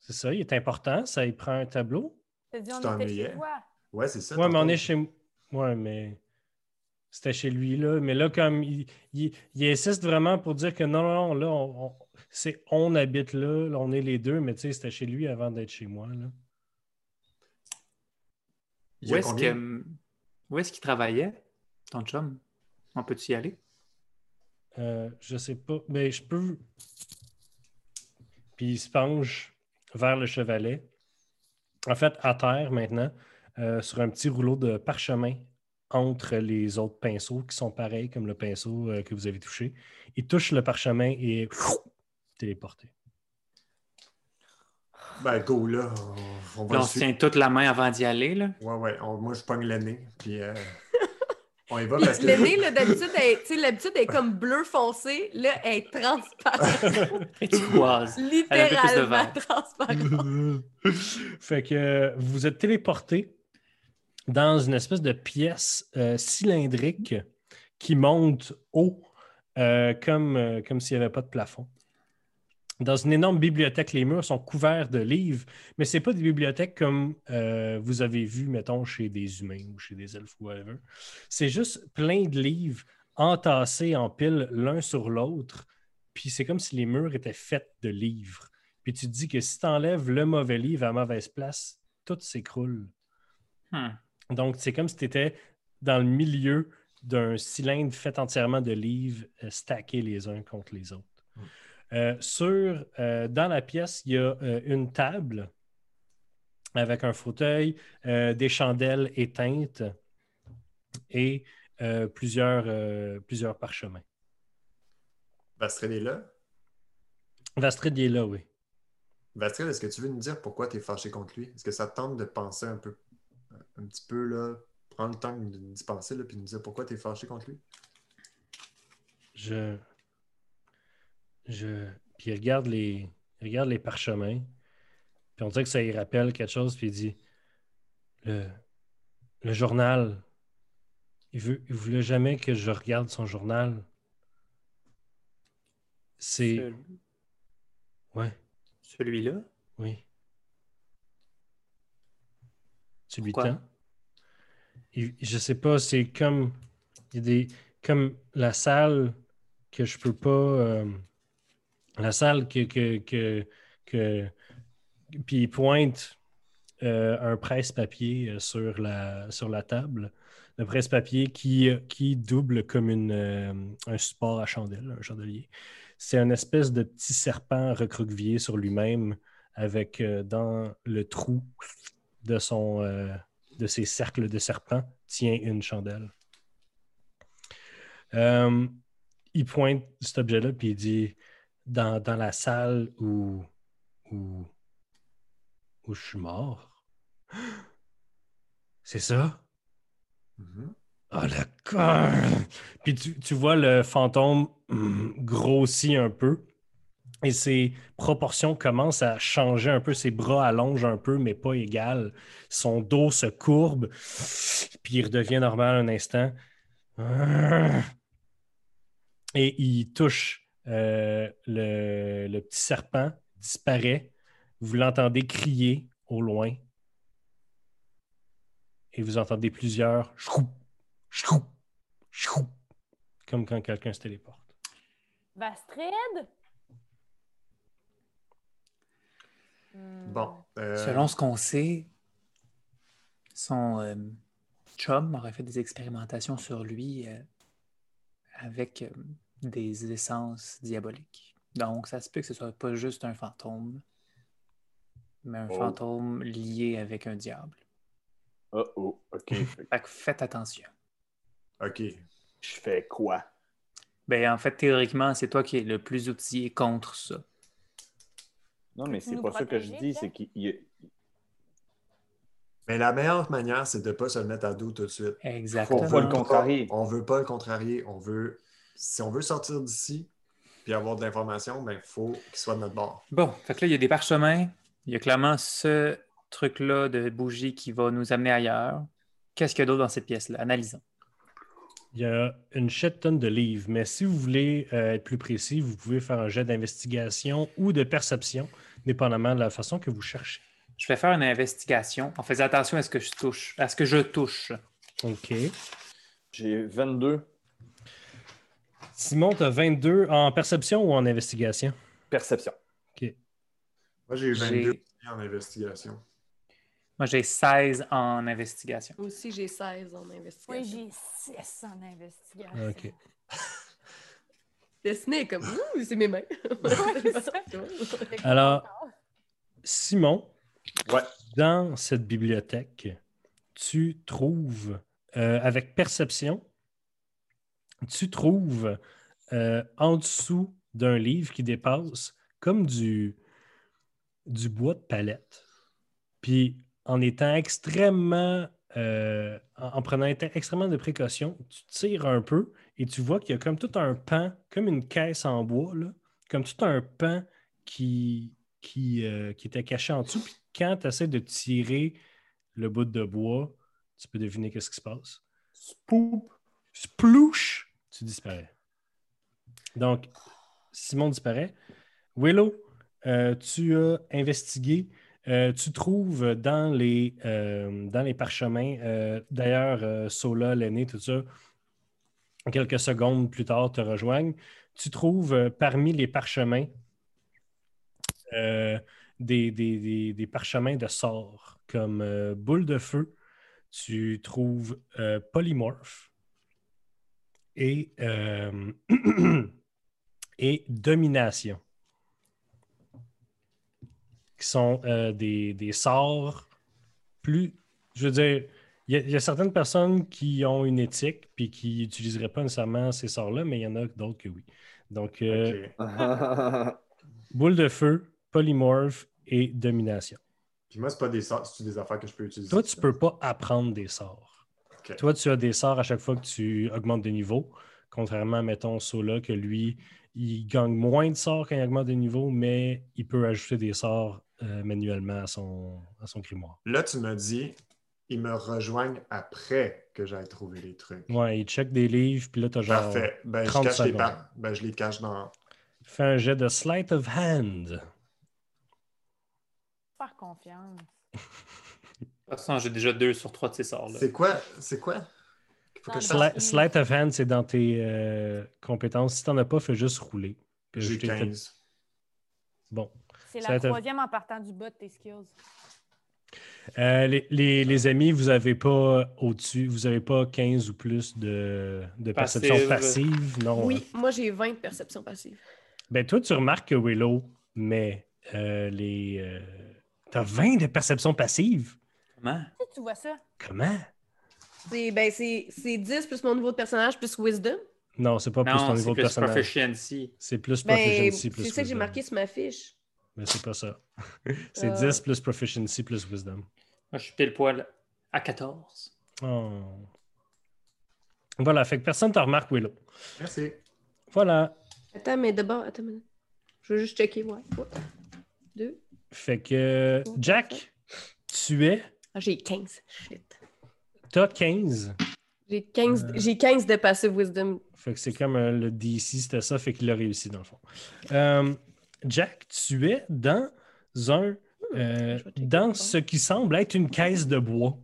c'est ça, il est important, ça il prend un tableau. T'as dit, Tu on était t'ennuyais. chez toi. Ouais, c'est ça. Ouais, mais on tantôt. est chez m- ouais, mais c'était chez lui là, mais là comme il, il- il insiste vraiment pour dire que non non non, là on, on- c'est on habite là, là, on est les deux, mais tu sais c'était chez lui avant d'être chez moi là. Il y Où a est-ce combien- que- où est-ce qu'il travaillait, ton chum? On peut-tu y aller? Euh, je sais pas, mais je peux. Puis il se penche vers le chevalet. En fait, à terre maintenant, euh, sur un petit rouleau de parchemin entre les autres pinceaux qui sont pareils comme le pinceau euh, que vous avez touché. Il touche le parchemin et pfff, téléporté. Ben, go, là. On, on va Là, le on se suivre. tient toute la main avant d'y aller, là. Ouais, ouais. on- moi, je pogne le nez. Puis, euh, on y va parce que. Le nez, là, d'habitude, elle, tu sais, l'habitude, elle est comme bleu foncé. Là, elle est transparente. Et tu croises. littéralement vert. transparente. fait que euh, vous êtes téléporté dans une espèce de pièce euh, cylindrique qui monte haut, euh, comme, euh, comme s'il n'y avait pas de plafond. Dans une énorme bibliothèque, les murs sont couverts de livres, mais ce n'est pas des bibliothèques comme euh, vous avez vu, mettons, chez des humains ou chez des elfes ou whatever. C'est juste plein de livres entassés en piles l'un sur l'autre, puis c'est comme si les murs étaient faits de livres. Puis tu te dis que si tu enlèves le mauvais livre à la mauvaise place, tout s'écroule. Hmm. Donc, c'est comme si tu étais dans le milieu d'un cylindre fait entièrement de livres euh, stackés les uns contre les autres. Euh, sur, euh, dans la pièce, il y a euh, une table avec un fauteuil, euh, des chandelles éteintes et euh, plusieurs, euh, plusieurs parchemins. Vastrel est là. Vastrid il est là, oui. Vastrel, est-ce que tu veux nous dire pourquoi tu es fâché contre lui? Est-ce que ça te tente de penser un peu, un petit peu, là, prendre le temps de- d'y penser, là, puis nous dire pourquoi tu es fâché contre lui? Je. Je. Puis il regarde les, il regarde les parchemins. Puis on dirait que ça lui rappelle quelque chose. Puis il dit Le, le journal. Il, veut, il voulait jamais que je regarde son journal. C'est. Ce- Ouais, Celui-là? oui. Tu lui Pourquoi? tends. Il- je sais pas, c'est comme. Il y a des, comme la salle que je peux pas. euh, la salle que. que, que, que- puis il pointe euh, un presse-papier euh, sur la, sur la table. Le presse-papier qui, qui double comme une, euh, un support à chandelle, un chandelier. C'est un espèce de petit serpent recroquevillé sur lui-même avec euh, dans le trou de son euh, de ses cercles de serpents tient une chandelle. Euh, il pointe cet objet-là puis il dit dans, dans la salle où, où où je suis mort. C'est ça? Mm-hmm. Mhm. Oh la con! Puis tu, tu vois le fantôme hum, grossit un peu et ses proportions commencent à changer un peu. Ses bras allongent un peu, mais pas égales. Son dos se courbe, puis il redevient normal un instant. Et il touche euh, le, le petit serpent, disparaît. Vous l'entendez crier au loin. Et vous entendez plusieurs Chou Chou, chou, comme quand quelqu'un se téléporte. Vastrid? Hmm. Bon. euh, Selon ce qu'on sait, son euh, chum aurait fait des expérimentations sur lui euh, avec euh, des essences diaboliques. Donc, ça se peut que ce soit pas juste un fantôme, mais un Oh. fantôme lié avec un diable. Oh, oh, OK. Fait que Fait que faites attention. OK. Je fais quoi? Ben, en fait, théoriquement, c'est toi qui es le plus outillé contre ça. Non, mais c'est nous pas ça que je protéger, dis, Pierre? c'est qu'il... il- Mais la meilleure manière, c'est de ne pas se le mettre à dos tout de suite. Faut Exactement. pas le contrarier. On veut pas le contrarier. On veut. Si on veut sortir d'ici, puis avoir de l'information, ben, il faut qu'il soit de notre bord. Bon, fait que là, il y a des parchemins. Il y a clairement ce truc-là de bougie qui va nous amener ailleurs. Qu'est-ce qu'il y a d'autre dans cette pièce-là? Analysons. Il y a une chète tonne de livres, mais si vous voulez euh, être plus précis, vous pouvez faire un jet d'investigation ou de perception, dépendamment de la façon que vous cherchez. Je vais faire une investigation en faisant attention à ce que je touche, à ce que je touche. OK. J'ai 22 Simon, tu as 22 en perception ou en investigation? perceptions. Moi, j'ai eu J'ai- 22 en investigation. Moi, j'ai 16 en investigation. Moi aussi, j'ai 16 en Oui, investigation. j'ai 6 en investigation. OK. Destiné est comme, ouh, c'est mes mains. Ouais, ça. Alors- Simon, Ouais. dans cette bibliothèque, tu trouves, euh, avec perception, tu trouves euh, en dessous d'un livre qui dépasse comme du, du bois de palette. Puis en étant extrêmement, euh, en, en prenant éta- extrêmement de précautions, tu tires un peu et tu vois qu'il y a comme tout un pan, comme une caisse en bois, là, comme tout un pan qui, qui, euh, qui était caché en dessous. Puis quand tu essaies de tirer le bout de bois, tu peux deviner qu'est-ce qui se passe. Spoop! Splouche! Tu disparais. Donc, Simon disparaît. Willow, euh, tu as investigué. Euh, tu trouves dans les, euh, dans les parchemins, euh, d'ailleurs, euh, Sola, l'aîné, tout ça, quelques secondes plus tard, te rejoignent. Tu trouves euh, parmi les parchemins euh, des, des- des- des parchemins de sorts comme euh, boule de feu, tu trouves euh, polymorphe et, euh, et domination, qui sont euh, des, des sorts plus. Je veux dire, il y, a- il y a certaines personnes qui ont une éthique puis qui n'utiliseraient pas nécessairement ces sorts-là, mais il y en a d'autres que oui. Donc, euh, Ok. Boule de feu, polymorphe et domination. Puis moi, c'est pas des sorts, c'est des affaires que je peux utiliser. Toi, tu peux pas apprendre des sorts. Ok. Toi, tu as des sorts à chaque fois que tu augmentes de niveau. Contrairement, mettons, Sola, que lui, il gagne moins de sorts quand il augmente de niveau, mais il peut ajouter des sorts euh, manuellement à son, à son grimoire. Là, tu me dis, ils me rejoignent après que j'aille trouver les trucs. Ouais, il check des livres, puis là, t'as genre. Parfait. Ben, je 30 cache les secondes. par- ben, je les cache dans. Fais un jet de sleight of hand. Faire confiance. De toute façon, j'ai déjà 2 sur 3 de ces sorts-là. C'est quoi? C'est quoi? Faut que Dans je le fasse- Sli- sleight of hand, c'est dans tes euh, compétences. Si t'en as pas, fais juste rouler. Puis J'ai ajouter tes- 15. Bon. C'est Ça la va être- troisième en partant du bas de tes skills. Euh, les, les- les amis, vous n'avez pas euh, au-dessus, vous n'avez pas 15 ou plus de, de Passive. perception passive, non? hein? Oui, moi, j'ai 20 perceptions passives. Ben toi, tu remarques que Willow, mais euh, les. euh, T'as 20 de perception passive? Comment? Tu sais, tu vois ça? Comment? C'est ben, c'est- c'est 10 plus mon niveau de personnage plus wisdom. Non, c'est pas plus ton non, niveau c'est de plus personnage. proficiency. C'est plus Ben, proficiency c'est plus ça que j'ai wisdom. marqué sur ma fiche. Mais c'est pas ça. c'est Euh. 10 plus proficiency plus wisdom. Moi, je suis pile poil à 14. Oh. Voilà, fait que personne ne te remarque, Willow. Merci. Voilà. Attends, mais d'abord, attends, une minute. je veux juste checker. Ouais. ouais. Deux. Fait que, Jack, tu es. Ah, j'ai 15. Shit. T'as 15. J'ai 15, Euh. j'ai 15 de passive wisdom. Fait que c'est comme euh, le DC, c'était ça, fait qu'il a réussi dans le fond. Euh, Jack, tu es dans un euh, Hmm, je vais checker dans encore. ce qui semble être une caisse de bois.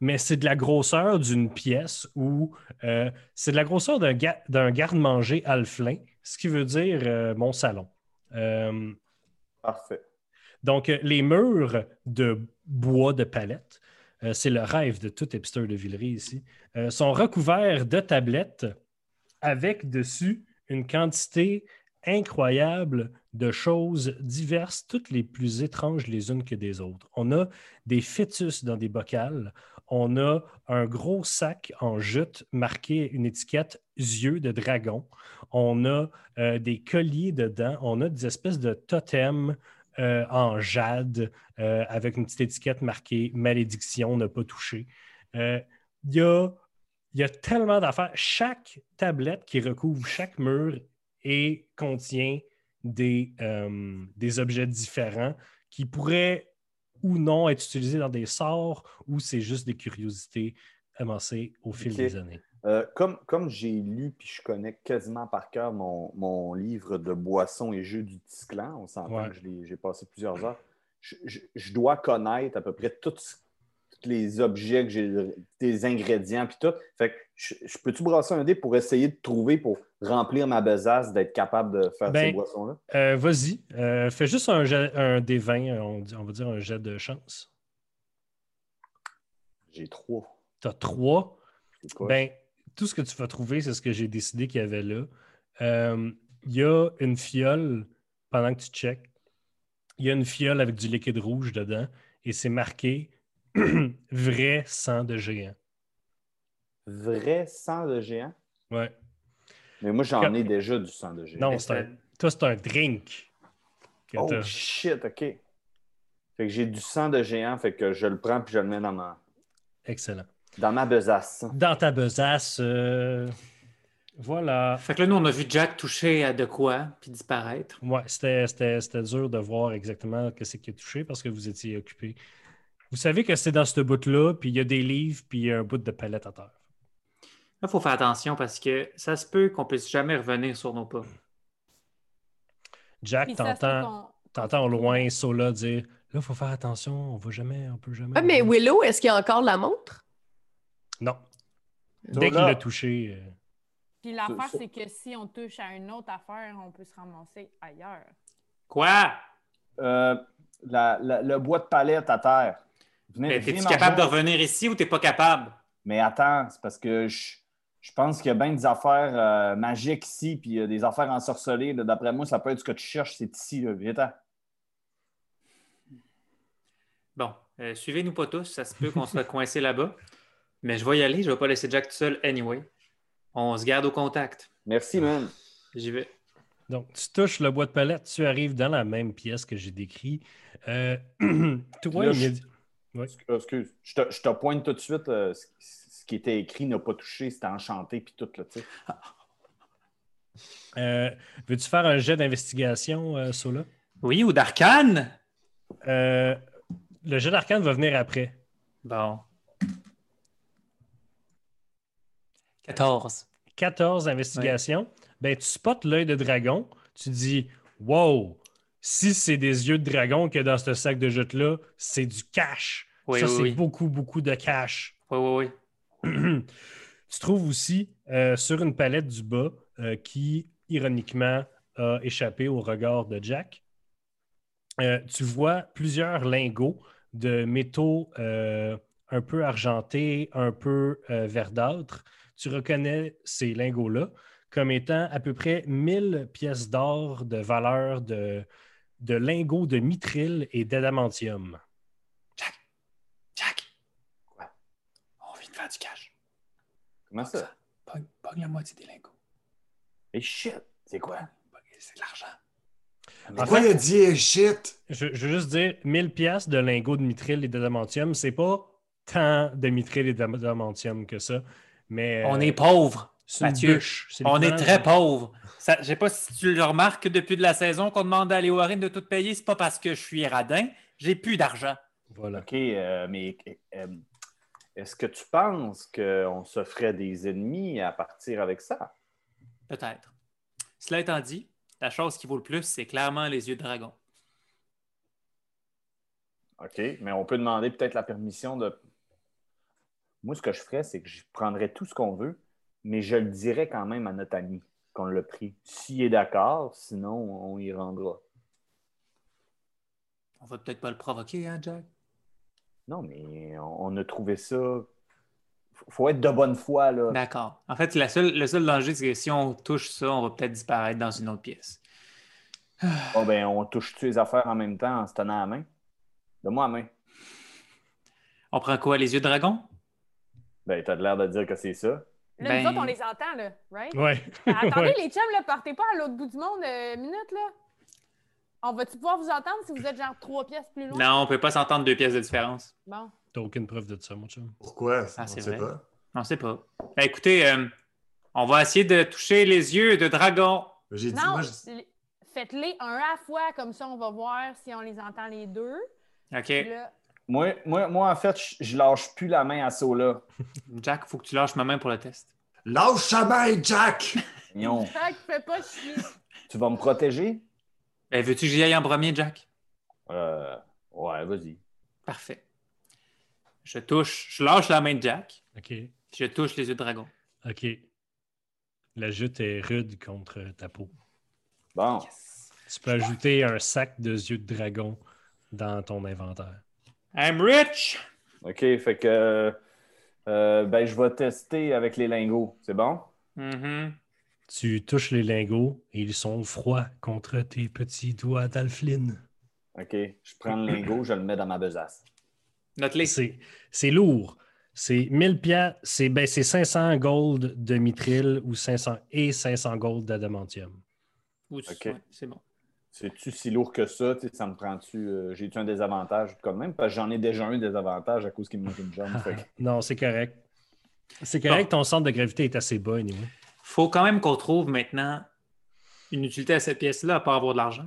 Mais c'est de la grosseur d'une pièce ou euh, c'est de la grosseur d'un ga- d'un garde-manger alflin, ce qui veut dire euh, mon salon. Euh, Parfait. donc, euh, les murs de bois de palette, euh, c'est le rêve de tout hipster de Villeray ici, euh, sont recouverts de tablettes avec dessus une quantité incroyable de choses diverses, toutes les plus étranges les unes que des autres. On a des fœtus dans des bocals, on a un gros sac en jute marqué une étiquette yeux de dragon, on a euh, des colliers dedans, on a des espèces de totems euh, en jade euh, avec une petite étiquette marquée Malédiction, ne pas toucher. Euh, Il y, a, il y a tellement d'affaires. Chaque tablette qui recouvre chaque mur et contient des, euh, des objets différents qui pourraient ou non être utilisés dans des sorts ou c'est juste des curiosités amassées au fil Ok. des années. Euh, comme comme j'ai lu puis je connais quasiment par cœur mon, mon livre de boissons et jeux du petit clan, on s'entend Ouais. que je l'ai- j'ai passé plusieurs heures, je, je- je dois connaître à peu près tous tous les objets que j'ai, des ingrédients puis tout. Fait que je, je peux-tu brasser un dé pour essayer de trouver, pour remplir ma besace d'être capable de faire Ben, ces boissons-là? Euh, Vas-y, euh, fais juste un, jet- un des 20, on, dit- on va dire un jet de chance. J'ai trois. Tu as trois. C'est quoi? Ben, tout ce que tu vas trouver, c'est ce que j'ai décidé qu'il y avait là. Euh, Il y a une fiole, pendant que tu checkes, il y a une fiole avec du liquide rouge dedans et c'est marqué vrai sang de géant. Vrai sang de géant? Ouais. Mais moi, j'en ai déjà du sang de géant. Non, c'est un, toi, c'est un drink. que Oh t'as. shit, OK. Fait que j'ai du sang de géant, fait que je le prends puis je le mets dans ma, Excellent. dans ma besace. Dans ta besace, euh, voilà. Fait que là, nous, on a vu Jack toucher à de quoi, puis disparaître. Ouais, c'était- c'était c'était dur de voir exactement que c'est qui a touché parce que vous étiez occupé. Vous savez que c'est dans ce bout-là, puis il y a des livres, puis il y a un bout de palette à terre. Là, il faut faire attention parce que ça se peut qu'on puisse jamais revenir sur nos pas. Jack, Puis ça se peut t'entends qu'on- t'entends au loin Sola dire Là, faut faire attention, on va jamais, on peut jamais. Ah, mais Willow, est-ce qu'il y a encore la montre? Non. Dès qu'il Sola. l'a touché, euh, Puis l'affaire, c'est que si on touche à une autre affaire, on peut se ramasser ailleurs. Quoi? Euh, la- la- le bois de palette à terre. Venez, Mais venez t'es-tu m'en capable de voir. revenir ici ou t'es pas capable? Mais attends, c'est parce que je, je pense qu'il y a bien des affaires euh, magiques ici, puis il y a des affaires ensorcelées. là. D'après moi, ça peut être ce que tu cherches, c'est ici, là. Viens, attends. Bon, euh, suivez-nous pas tous, ça se peut qu'on soit coincé là-bas. Mais je vais y aller, je vais pas laisser Jack tout seul anyway. On se garde au contact. Merci, man. J'y vais. Donc, tu touches le bois de palette, tu arrives dans la même pièce que j'ai décrit. Euh, toi, Là, je- immédi- Euh, Excuse, je te, je te pointe tout de suite euh, ce, ce qui était écrit n'a pas touché, c'était enchanté, puis tout, là, tu sais. euh, veux-tu faire un jet d'investigation, euh, Sola Oui, ou d'arcane? Euh, Le jet d'arcane va venir après. Bon. 14. 14 investigations, ben, tu spots l'œil de dragon, tu dis Wow, si c'est des yeux de dragon qu'il y a dans ce sac de jute-là, c'est du cash. Oui, Ça, oui, c'est oui. beaucoup, beaucoup de cash. Oui, oui, oui. tu trouves aussi euh, sur une palette du bas euh, qui, ironiquement, a échappé au regard de Jack. euh, tu vois plusieurs lingots de métaux euh, un peu argentés, un peu euh, verdâtres. Tu reconnais ces lingots-là comme étant à peu près 1000 pièces d'or de valeur de, de lingots de mithril et d'adamantium. Jack! Quoi? On vient de faire du cash. Comment ça? Pogne, pogne la moitié des lingots. Et shit, c'est quoi? Pogne- C'est de l'argent. En Pourquoi fait- il a dit eh, shit? Je, je veux juste dire, 1000 pièces de lingots de mithril et d'adamantium, c'est pas tant de mithril et d'adamantium que ça, mais euh, On est pauvre, c'est une Mathieu. bûche. C'est On est l'équivalent très de- pauvre. Je sais pas si tu le remarques depuis de la saison qu'on demande à Léo Harin de tout payer. C'est pas parce que je suis radin. J'ai plus d'argent. Voilà. OK, euh, mais euh, est-ce que tu penses qu'on se ferait des ennemis à partir avec ça? Peut-être. Cela étant dit, la chose qui vaut le plus, c'est clairement les yeux de dragon. OK, mais on peut demander peut-être la permission de... Moi, ce que je ferais, c'est que je prendrais tout ce qu'on veut, mais je le dirais quand même à notre ami qu'on l'a pris. S'il est d'accord, sinon, on y rendra. On va peut-être pas le provoquer, hein, Jack? Non, mais on, on a trouvé ça... F- Faut être de bonne foi, là. D'accord. En fait, la seule, le seul danger, c'est que si on touche ça, on va peut-être disparaître dans une autre pièce. Bon, ben, on touche-tu les affaires en même temps en se tenant la main? Donne-moi la main. On prend quoi, les yeux de dragon? Ben, t'as l'air de dire que c'est ça. Là, Ben- nous autres, on les entend, là, right? Ouais. Attendez, Ouais. les chums, là, partez pas à l'autre bout du monde, euh, minute, là. On va-tu pouvoir vous entendre si vous êtes genre trois pièces plus loin? Non, on peut pas s'entendre deux pièces de différence. Bon. T'as aucune preuve de ça, mon chum. Pourquoi? Ah, on c'est sait vrai. pas. On sait pas. Ben, écoutez, euh, on va essayer de toucher les yeux de dragon. J'ai dit, Non, moi, je- l- faites-les un à la fois, comme ça on va voir si on les entend les deux. OK. Puis là, Moi, moi, moi, en fait, je- je lâche plus la main à Sola. Jack, faut que tu lâches ma main pour le test. lâche ta main, Jack! Mignon, Jack, fais pas chier. tu vas me protéger? Ben, veux-tu que j'y aille en premier, Jack? Euh, ouais, vas-y. Parfait. Je touche, je lâche la main de Jack, OK. puis je touche les yeux de dragon. OK. La jute est rude contre ta peau. Bon, Tu peux ajouter un sac de yeux de dragon dans ton inventaire. I'm rich! OK, fait que... euh, ben, je vais tester avec les lingots. C'est bon? Mhm. Tu touches les lingots et ils sont froids contre tes petits doigts d'alfline. OK, je prends le lingot, je le mets dans ma besace. Note-les. C'est c'est lourd. C'est 1000 piastres, c'est ben, c'est 500 gold de mitril ou 500 et 500 gold d'adamantium. Ou tu- Ok. ouais, c'est bon. C'est-tu si lourd que ça? Tu sais, ça me prend-tu... euh, J'ai-tu un désavantage quand même? Parce que j'en ai déjà un désavantage à cause qu'il me manque une jambe. fait que- non, c'est correct. C'est correct, ton centre de gravité est assez bas, anyway. Faut quand même qu'on trouve maintenant une utilité à cette pièce-là, à part avoir de l'argent.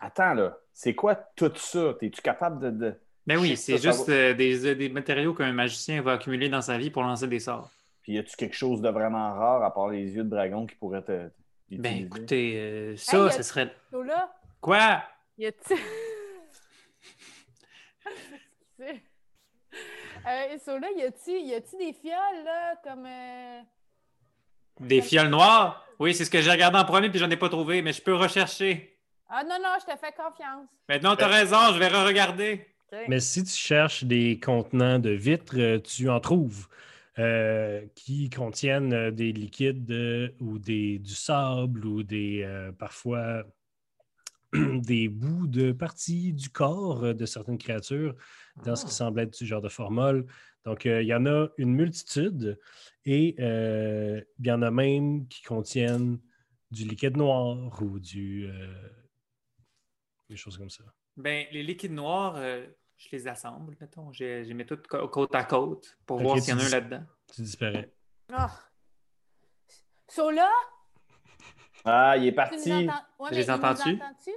Attends, là. C'est quoi tout ça? Es-tu capable de... de- Ben oui, Shit, c'est ça, ça juste va. euh, des, euh, des matériaux qu'un magicien va accumuler dans sa vie pour lancer des sorts. Puis y a-tu quelque chose de vraiment rare à part les yeux de dragon qui pourrait te... Ben t'utiliser? écoutez, euh, ça, Hey, y a- ça serait. So là, Quoi? y a-t-il. Euh, so là, y a-t-il y a-t-il des fioles, là, comme. euh, Des fioles noires? Oui, c'est ce que j'ai regardé en premier puis j'en ai pas trouvé, mais je peux rechercher. Ah non, non, je te fais confiance. Maintenant, Ben- t'as raison, je vais re-regarder. Mais si tu cherches des contenants de vitres, euh, tu en trouves euh, qui contiennent euh, des liquides euh, ou des, du sable ou des euh, parfois des bouts de parties du corps euh, de certaines créatures dans ce qui semble être du genre de formol. Donc, euh, il y en a une multitude et euh, il y en a même qui contiennent du liquide noir ou du... euh, des choses comme ça. Ben, les liquides noirs, euh, je les assemble, mettons. Je, je les mets toutes cô- côte à côte pour Ok, voir tu s'il y en a un dis- là-dedans. Tu disparais. Ah. So là, Ah, il est tu nous parti. entends- ouais, Je mais les il nous entends-tu? entend-tu?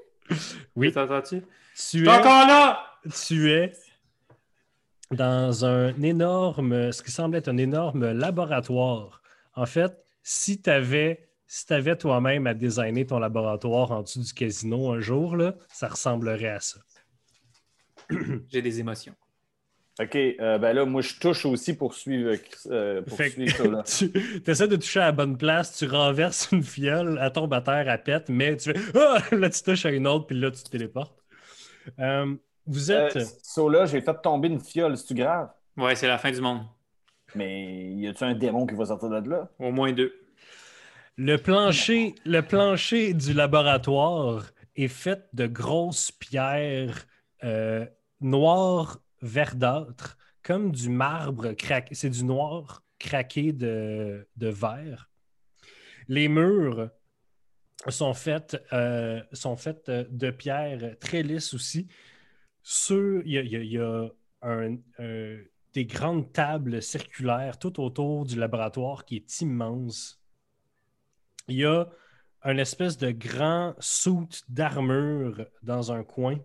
Oui. T'as entendu? Tu T'es es- encore là! tu es dans un énorme, ce qui semble être un énorme laboratoire. En fait, si tu avais, si t'avais toi-même à designer ton laboratoire en dessous du casino un jour, là, ça ressemblerait à ça. J'ai des émotions. OK, euh, ben là, moi, je touche aussi pour suivre, euh, pour Fait que- suivre ça, là. Tu essaies de toucher à la bonne place, tu renverses une fiole, elle tombe à terre, elle pète, mais tu fais Ah! là, tu touches à une autre, puis là, tu te téléportes. Euh, vous êtes. Euh, Sola, j'ai fait tomber une fiole, c'est-tu grave? Ouais, c'est la fin du monde. Mais y a-tu un démon qui va sortir de là? Au moins deux. Le plancher, le plancher du laboratoire est fait de grosses pierres euh, noires verdâtres, comme du marbre craqué. C'est du noir craqué de, de vert. Les murs sont faits, euh, sont faits euh, de pierres très lisses aussi. Sur, il y a, il y a- il y a un- un- des grandes tables circulaires tout autour du laboratoire qui est immense il y a un espèce de grand soute d'armure dans un coin.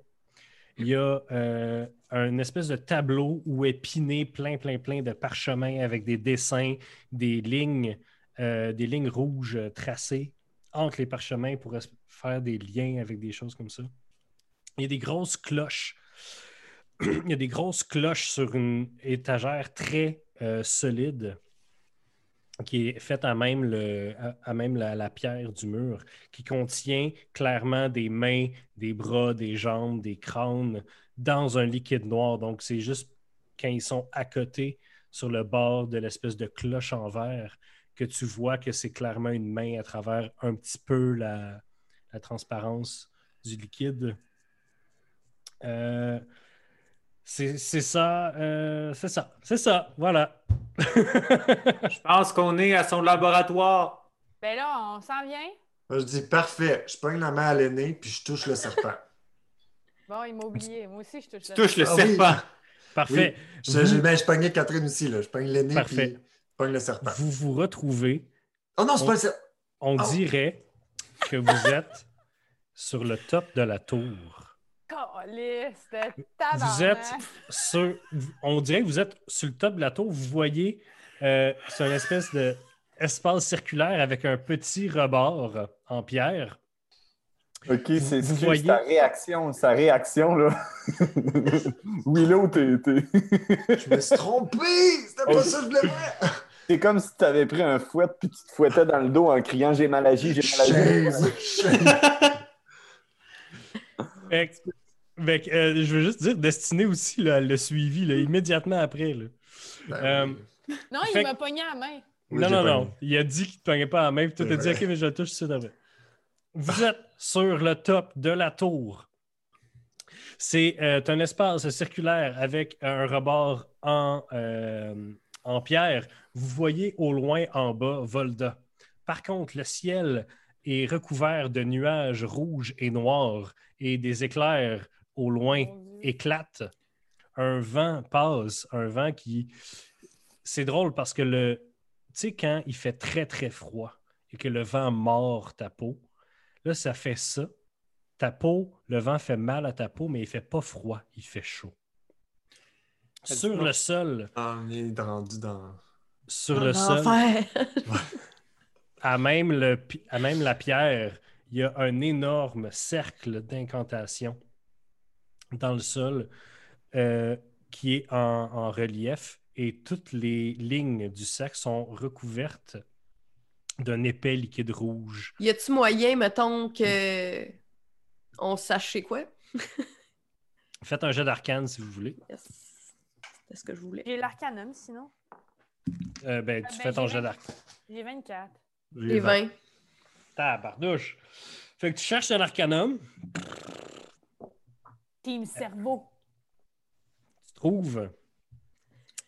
Il y a euh, un espèce de tableau où est piné plein, plein, plein de parchemins avec des dessins, des lignes, euh, des lignes rouges euh, tracées entre les parchemins pour es- faire des liens avec des choses comme ça. Il y a des grosses cloches. Il y a des grosses cloches sur une étagère très euh, solide qui est faite à même, le, à, à même la, la pierre du mur, qui contient clairement des mains, des bras, des jambes, des crânes dans un liquide noir. Donc, c'est juste quand ils sont à côté sur le bord de l'espèce de cloche en verre que tu vois que c'est clairement une main à travers un petit peu la, la transparence du liquide. Euh, c'est c'est ça, euh, c'est ça, c'est ça, voilà. Je pense qu'on est à son laboratoire. Ben là, on s'en vient. Moi, je dis parfait. Je pogne la main à l'aîné puis je touche le serpent. Bon, il m'a oublié. Moi aussi, je touche Tu la- touches le Ah oui. serpent. Parfait. Je, je, ben, je pognais Catherine aussi. Là. Je pogne l'aîné Mhm. Parfait. puis je pogne le serpent. Vous vous retrouvez, Oh non, c'est pas le serpent. on Oh. dirait que vous êtes sur le top de la tour. Caliste de tabarnak. Vous êtes sur- on dirait que vous êtes sur le top de la tour. Vous voyez, euh, c'est un espèce de espace circulaire avec un petit rebord en pierre. OK, c'est Vous excuse, voyez- ta réaction, sa réaction, là. Willow, t'es, t'es... Je me suis trompé! C'était pas ça que je voulais faire! t'es comme si t'avais pris un fouet puis tu te fouettais dans le dos en criant « J'ai mal agi, j'ai mal agi Shame! Shame! Fait que- fait que, euh, je veux juste dire, Destiné aussi là, elle l'a suivi là, immédiatement après. là. Euh, Ben oui. Non, Fait il que- m'a pogné à la main. Oui, non, j'ai non, pas non. Il a dit qu'il ne te pognait pas la main, puis toi, C'est t'as dit, vrai. OK, mais je le touche, c'est vrai. Vous êtes sur le top de la tour. C'est euh, un espace circulaire avec un rebord en, euh, en pierre. Vous voyez au loin en bas Volda. Par contre, le ciel est recouvert de nuages rouges et noirs et des éclairs au loin Mon Dieu. éclate. Un vent passe, un vent qui. C'est drôle parce que le. Tu sais, quand il fait très, très froid et que le vent mord ta peau, là, ça fait ça. Ta peau, le vent fait mal à ta peau, mais il fait pas froid, il fait chaud. Ça dit Sur non. le sol, Ah, On est rendu dans. Ah sur ben, le sol, Enfer. à même, le, pi- à même la pierre, il y a un énorme cercle d'incantation dans le sol euh, qui est en, en relief et toutes les lignes du cercle sont recouvertes d'un épais liquide rouge. Y a-tu moyen, mettons, que on sache c'est quoi? Faites un jet d'arcane si vous voulez. Yes. C'était ce que je voulais. J'ai l'arcanum, sinon. Euh, ben, tu ben, fais ton j'ai jet vingt- d'arcane. J'ai 24. Les 20. Tabardouche. Fait que tu cherches un arcanum, Team cerveau. tu trouves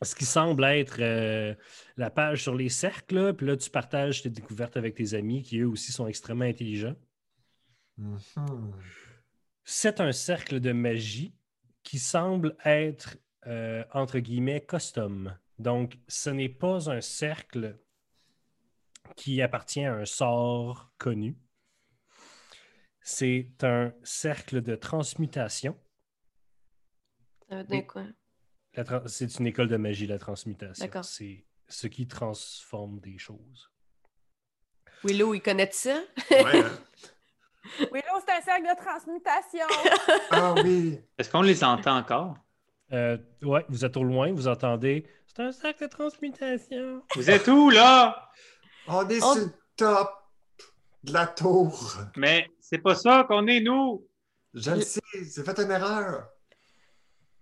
ce qui semble être euh, la page sur les cercles, là, puis là, tu partages tes découvertes avec tes amis qui, eux aussi, sont extrêmement intelligents. Mhm. C'est un cercle de magie qui semble être, euh, entre guillemets, custom. Donc, ce n'est pas un cercle qui appartient à un sort connu. C'est un cercle de transmutation. Ça veut dire quoi? La tran- C'est une école de magie, la transmutation. D'accord. C'est ce qui transforme des choses. Willow, il connaît ça? Ouais, hein? Willow, c'est un cercle de transmutation. Ah oui! Est-ce qu'on les entend encore? Euh, ouais, vous êtes au loin, vous entendez. C'est un cercle de transmutation. Vous êtes où, là? On est On- sur le top de la tour! Mais c'est pas ça qu'on est, nous! Je le sais, j'ai fait une erreur!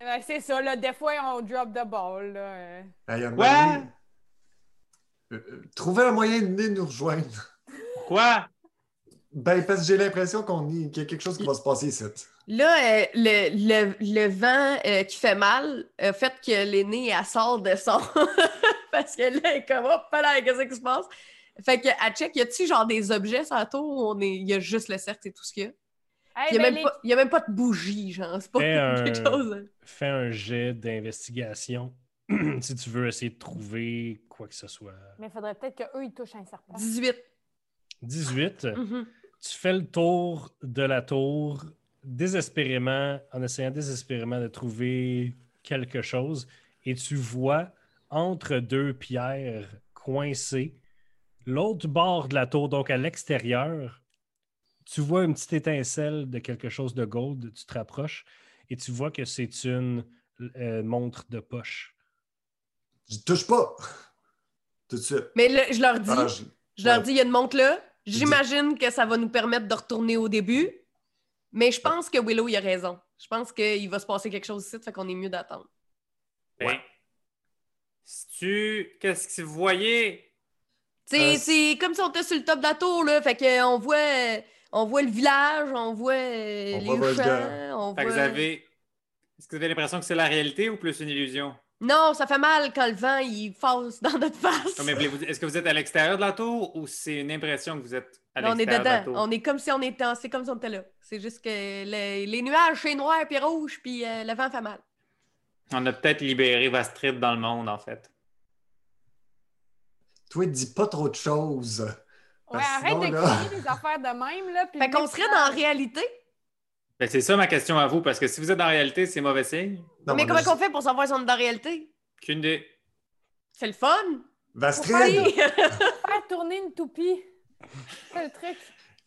Ben, c'est ça, là. Des fois, on drop the ball, là. Euh, Hey, un Ouais. moment donné, euh, euh, trouver un moyen de venir nous rejoindre. Quoi? Ben, parce que j'ai l'impression qu'on y- qu'il y a quelque chose qui va se passer ici. Là, euh, le, le- le vent euh, qui fait mal a fait que l'aînée, elle sort de son. Parce que là, elle est comme, hop, là, qu'est-ce qui se passe? Fait que, à check, y a-tu genre des objets sur la tour où on est... y a juste le cercle et tout ce qu'il y a? Hey, Y ben, a, même les- pas, y a même pas de bougie, genre. C'est pas Fais un- quelque chose. hein. Fais un jet d'investigation si tu veux essayer de trouver quoi que ce soit. Mais il faudrait peut-être qu'eux, ils touchent un serpent. 18. 18. Mhm. Tu fais le tour de la tour désespérément, en essayant désespérément de trouver quelque chose, et tu vois entre deux pierres coincées, l'autre bord de la tour, donc à l'extérieur, tu vois une petite étincelle de quelque chose de gold, tu te rapproches, et tu vois que c'est une euh, montre de poche. Je touche pas! Tout de suite. Mais là, je leur dis, Ah, je- je leur ouais. dis, il y a une montre là. J'imagine que ça va nous permettre de retourner au début. Mais je pense que Willow, il a raison. Je pense qu'il va se passer quelque chose ici, fait qu'on est mieux d'attendre. Ben, si tu. Qu'est-ce que vous voyez? Tu sais, Euh, c'est comme si on était sur le top de la tour, là. Fait qu'on voit, euh, on voit le village, on voit euh, On les voit Volga. champs, on Fait que voit... vous avez. Est-ce que vous avez l'impression que c'est la réalité ou plus une illusion? Non, ça fait mal quand le vent, il fasse dans notre face. Non, mais voulez-vous- Est-ce que vous êtes à l'extérieur de la tour ou c'est une impression que vous êtes à Là, on est l'extérieur de la dedans. tour? On est comme si on était... C'est comme si on était là. C'est juste que le- les nuages, c'est noir puis rouge, puis euh, le vent fait mal. On a peut-être libéré Vastrip dans le monde, en fait. Toi, dis pas trop de choses. Ouais, Parce que arrête de sinon, là- crier des affaires de même, là. puis Fait qu'on mets- serait dans la réalité. Ben, c'est ça ma question à vous, parce que si vous êtes en réalité, c'est mauvais signe. Non, mais on comment a qu'on fait pour savoir si on est dans la réalité? Qu'une des. C'est le fun! Vastrid! Oui! Faire tourner une toupie. C'est le truc.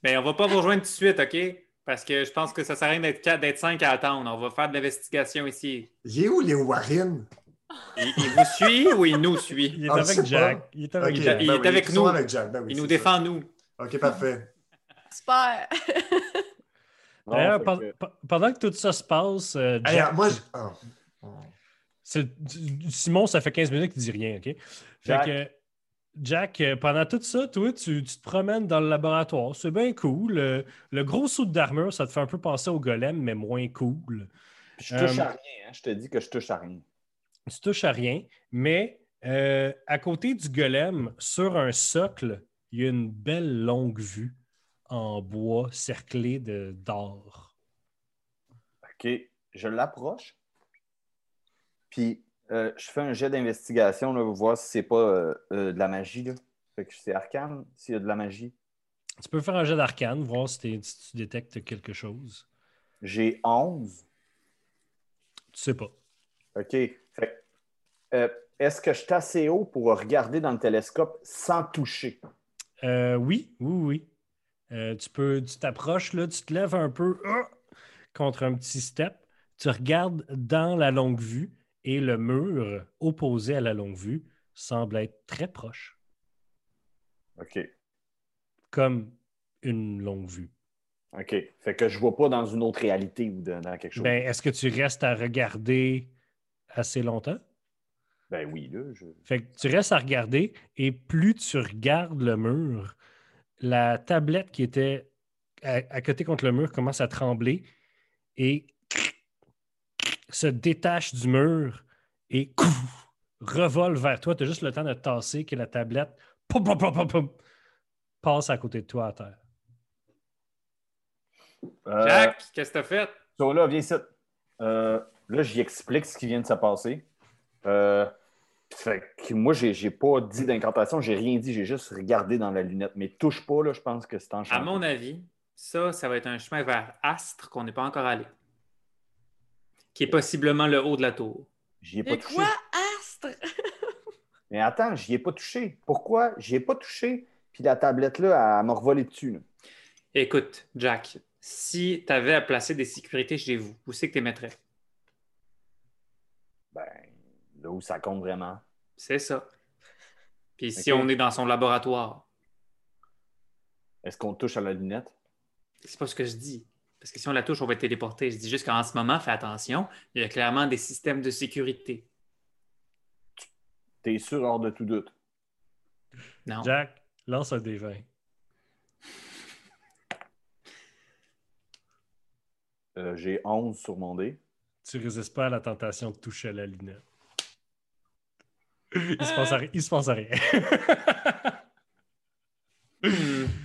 Ben, on va pas vous rejoindre tout de suite, OK? Parce que je pense que ça sert à rien d'être quatre- d'être cinq à attendre. On va faire de l'investigation ici. Il est où, les Warren? Il, il vous suit ou il nous suit? Il est Ah, je sais avec Jack. pas. Il est avec Ok, Jack. il ben est oui, avec souvent nous. avec Jack, ben oui, Il nous c'est ça. défend, nous. OK, parfait. Super! Non, D'ailleurs, Ah, fait pen- que- pe- pendant que tout ça se passe, euh, Hey, Jack- moi, je... ah. Ah. c'est- du- Simon, ça fait 15 minutes qu'il dit rien, OK? Fait Jack. que, Jack, euh, pendant tout ça, toi, tu, tu te promènes dans le laboratoire. C'est bien cool. Le, le gros saut d'armure, ça te fait un peu penser au golem, mais moins cool. Je touche Euh, à rien. hein. Je te dis que je touche à rien. tu touches à rien, mais euh, à côté du golem, sur un socle, il y a une belle longue vue en bois cerclée de- d'or. OK. Je l'approche. Puis, euh, je fais un jet d'investigation là, pour voir si c'est pas euh, euh, de la magie. Là. Fait que c'est arcane s'il y a de la magie. Tu peux faire un jet d'arcane, voir si, t'es- si tu détectes quelque chose. J'ai 11. Tu sais pas. OK. Fait que, euh, est-ce que je suis assez haut pour regarder dans le télescope sans toucher? Euh, oui, oui, oui. Euh, tu peux, tu t'approches, là, tu te lèves un peu ah, contre un petit step. Tu regardes dans la longue vue et le mur opposé à la longue vue semble être très proche, OK. comme une longue vue. OK. Fait que je vois pas dans une autre réalité ou dans, dans quelque chose. Ben, Ben, est-ce que tu restes à regarder assez longtemps? Ben oui, là. Je... Fait que tu restes à regarder et plus tu regardes le mur, la tablette qui était à, à côté contre le mur commence à trembler et se détache du mur et revole vers toi. Tu as juste le temps de te tasser que la tablette pom, pom, pom, pom, pom, passe à côté de toi à terre. Euh, Jack, qu'est-ce que t'as fait? So, là, viens ici. Euh, là, j'y explique ce qui vient de se passer. Euh, fait que moi, j'ai, j'ai pas dit d'incantation, j'ai rien dit, j'ai juste regardé dans la lunette. Mais touche pas, là, je pense que c'est enchanté. À Ah, mon avis, ça, ça va être un chemin vers Astre qu'on n'est pas encore allé. Qui est possiblement le haut de la tour. J'y ai pas Et touché. quoi, Astre? Mais attends, j'y ai pas touché. Pourquoi? J'y ai pas touché. Puis la tablette-là, elle m'a revolé dessus. là. Écoute, Jack, si tu avais à placer des sécurités chez vous, où c'est que tu les mettrais? Ben, là où ça compte vraiment. C'est ça. Puis si Ok. on est dans son laboratoire, Est-ce qu'on touche à la lunette? c'est pas ce que je dis. Parce que si on la touche, on va être téléporté. Je dis juste qu'en ce moment, fais attention, il y a clairement des systèmes de sécurité. T'es sûr hors de tout doute. Non. Jack, lance un des 20. Euh, j'ai 11 sur mon dé. Tu résistes pas à la tentation de toucher à la lunette. Il se passe à ri- il se passe à rien. Hmm.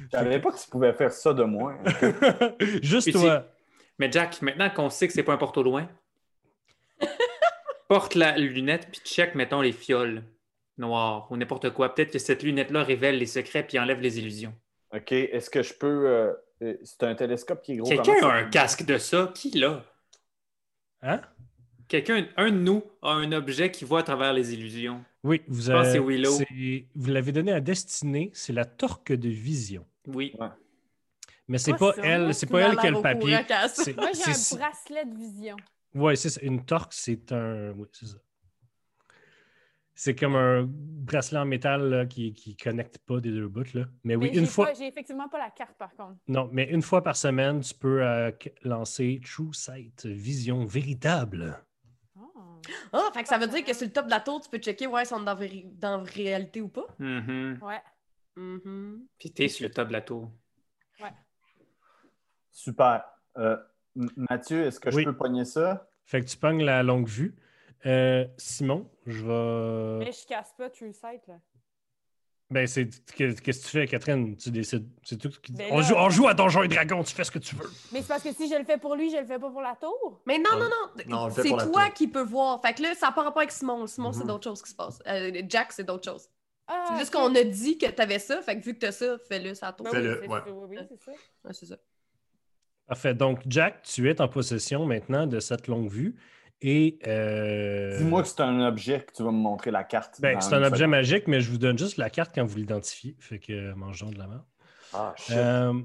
Je savais pas que tu pouvais faire ça de moi. hein. Juste Puis toi. Mais Jack, maintenant qu'on sait que c'est pas un porte au loin, porte la lunette puis check, mettons, les fioles noires ou n'importe quoi. Peut-être que cette lunette-là révèle les secrets puis enlève les illusions. OK, est-ce que je peux. euh, euh, c'est un télescope qui est gros. Quelqu'un comment a ça? un casque de ça? Qui l'a? Hein? Quelqu'un, un de nous, a un objet qui voit à travers les illusions. Oui, vous pense que avez. c'est Willow. c'est- Vous l'avez donné à Destinée, c'est la torque de vision. Oui. Mais c'est Quoi, pas ça? elle, c'est pas Tu m'as elle qui a l'air le au papier. courant qu'à ça. C'est, Moi, j'ai c'est- un bracelet de vision. ouais, c'est ça. une torque, c'est un. Oui, c'est ça. C'est comme un bracelet en métal là, qui qui connecte pas des deux bouts. Là. Mais oui, Mais une j'ai fois. pas- J'ai effectivement pas la carte, par contre. Non, mais une fois par semaine, tu peux euh, c- lancer True Sight, vision véritable. Oh. Ah, fait que ça veut dire que sur le top de la tour, tu peux checker ouais, si on est dans, véri- dans réalité ou pas. Mhm. Ouais. Mhm. Puis t'es sur le top de la tour. Super. Euh, M- Mathieu, est-ce que Oui. je peux pogner ça? Fait que tu pognes la longue vue. Euh, Simon, je vais. Mais je casse pas True Sight, là. Ben, c'est que- qu'est-ce que tu fais, Catherine? Tu décides. C'est tout. ce qui- Ben on, là- joue, on joue à Donjons et Dragons, tu fais ce que tu veux. Mais c'est parce que si je le fais pour lui, je le fais pas pour la tour. Mais non, Ouais. non, non. Non, on le fait c'est pour la toi tour. qui peux voir. Fait que là, ça part pas avec Simon. Simon, c'est Mhm. d'autres choses qui se passent. Euh, Jack, c'est d'autres choses. Ah, C'est juste ok. qu'on a dit que t'avais ça, fait que vu que t'as ça, fais-le, ça Ben tombe. oui, Fais-le, c'est- ouais. c'est- oui, oui, c'est ça. Ouais, c'est ça. Parfait. Donc, Jack, tu es en possession maintenant de cette longue vue. Et. euh, Dis-moi que c'est un objet que tu vas me montrer la carte. ben, dans c'est une un objet seconde. magique, mais je vous donne juste la carte quand vous l'identifiez. Fait que euh, mangeons de la merde. Ah, shit. Euh,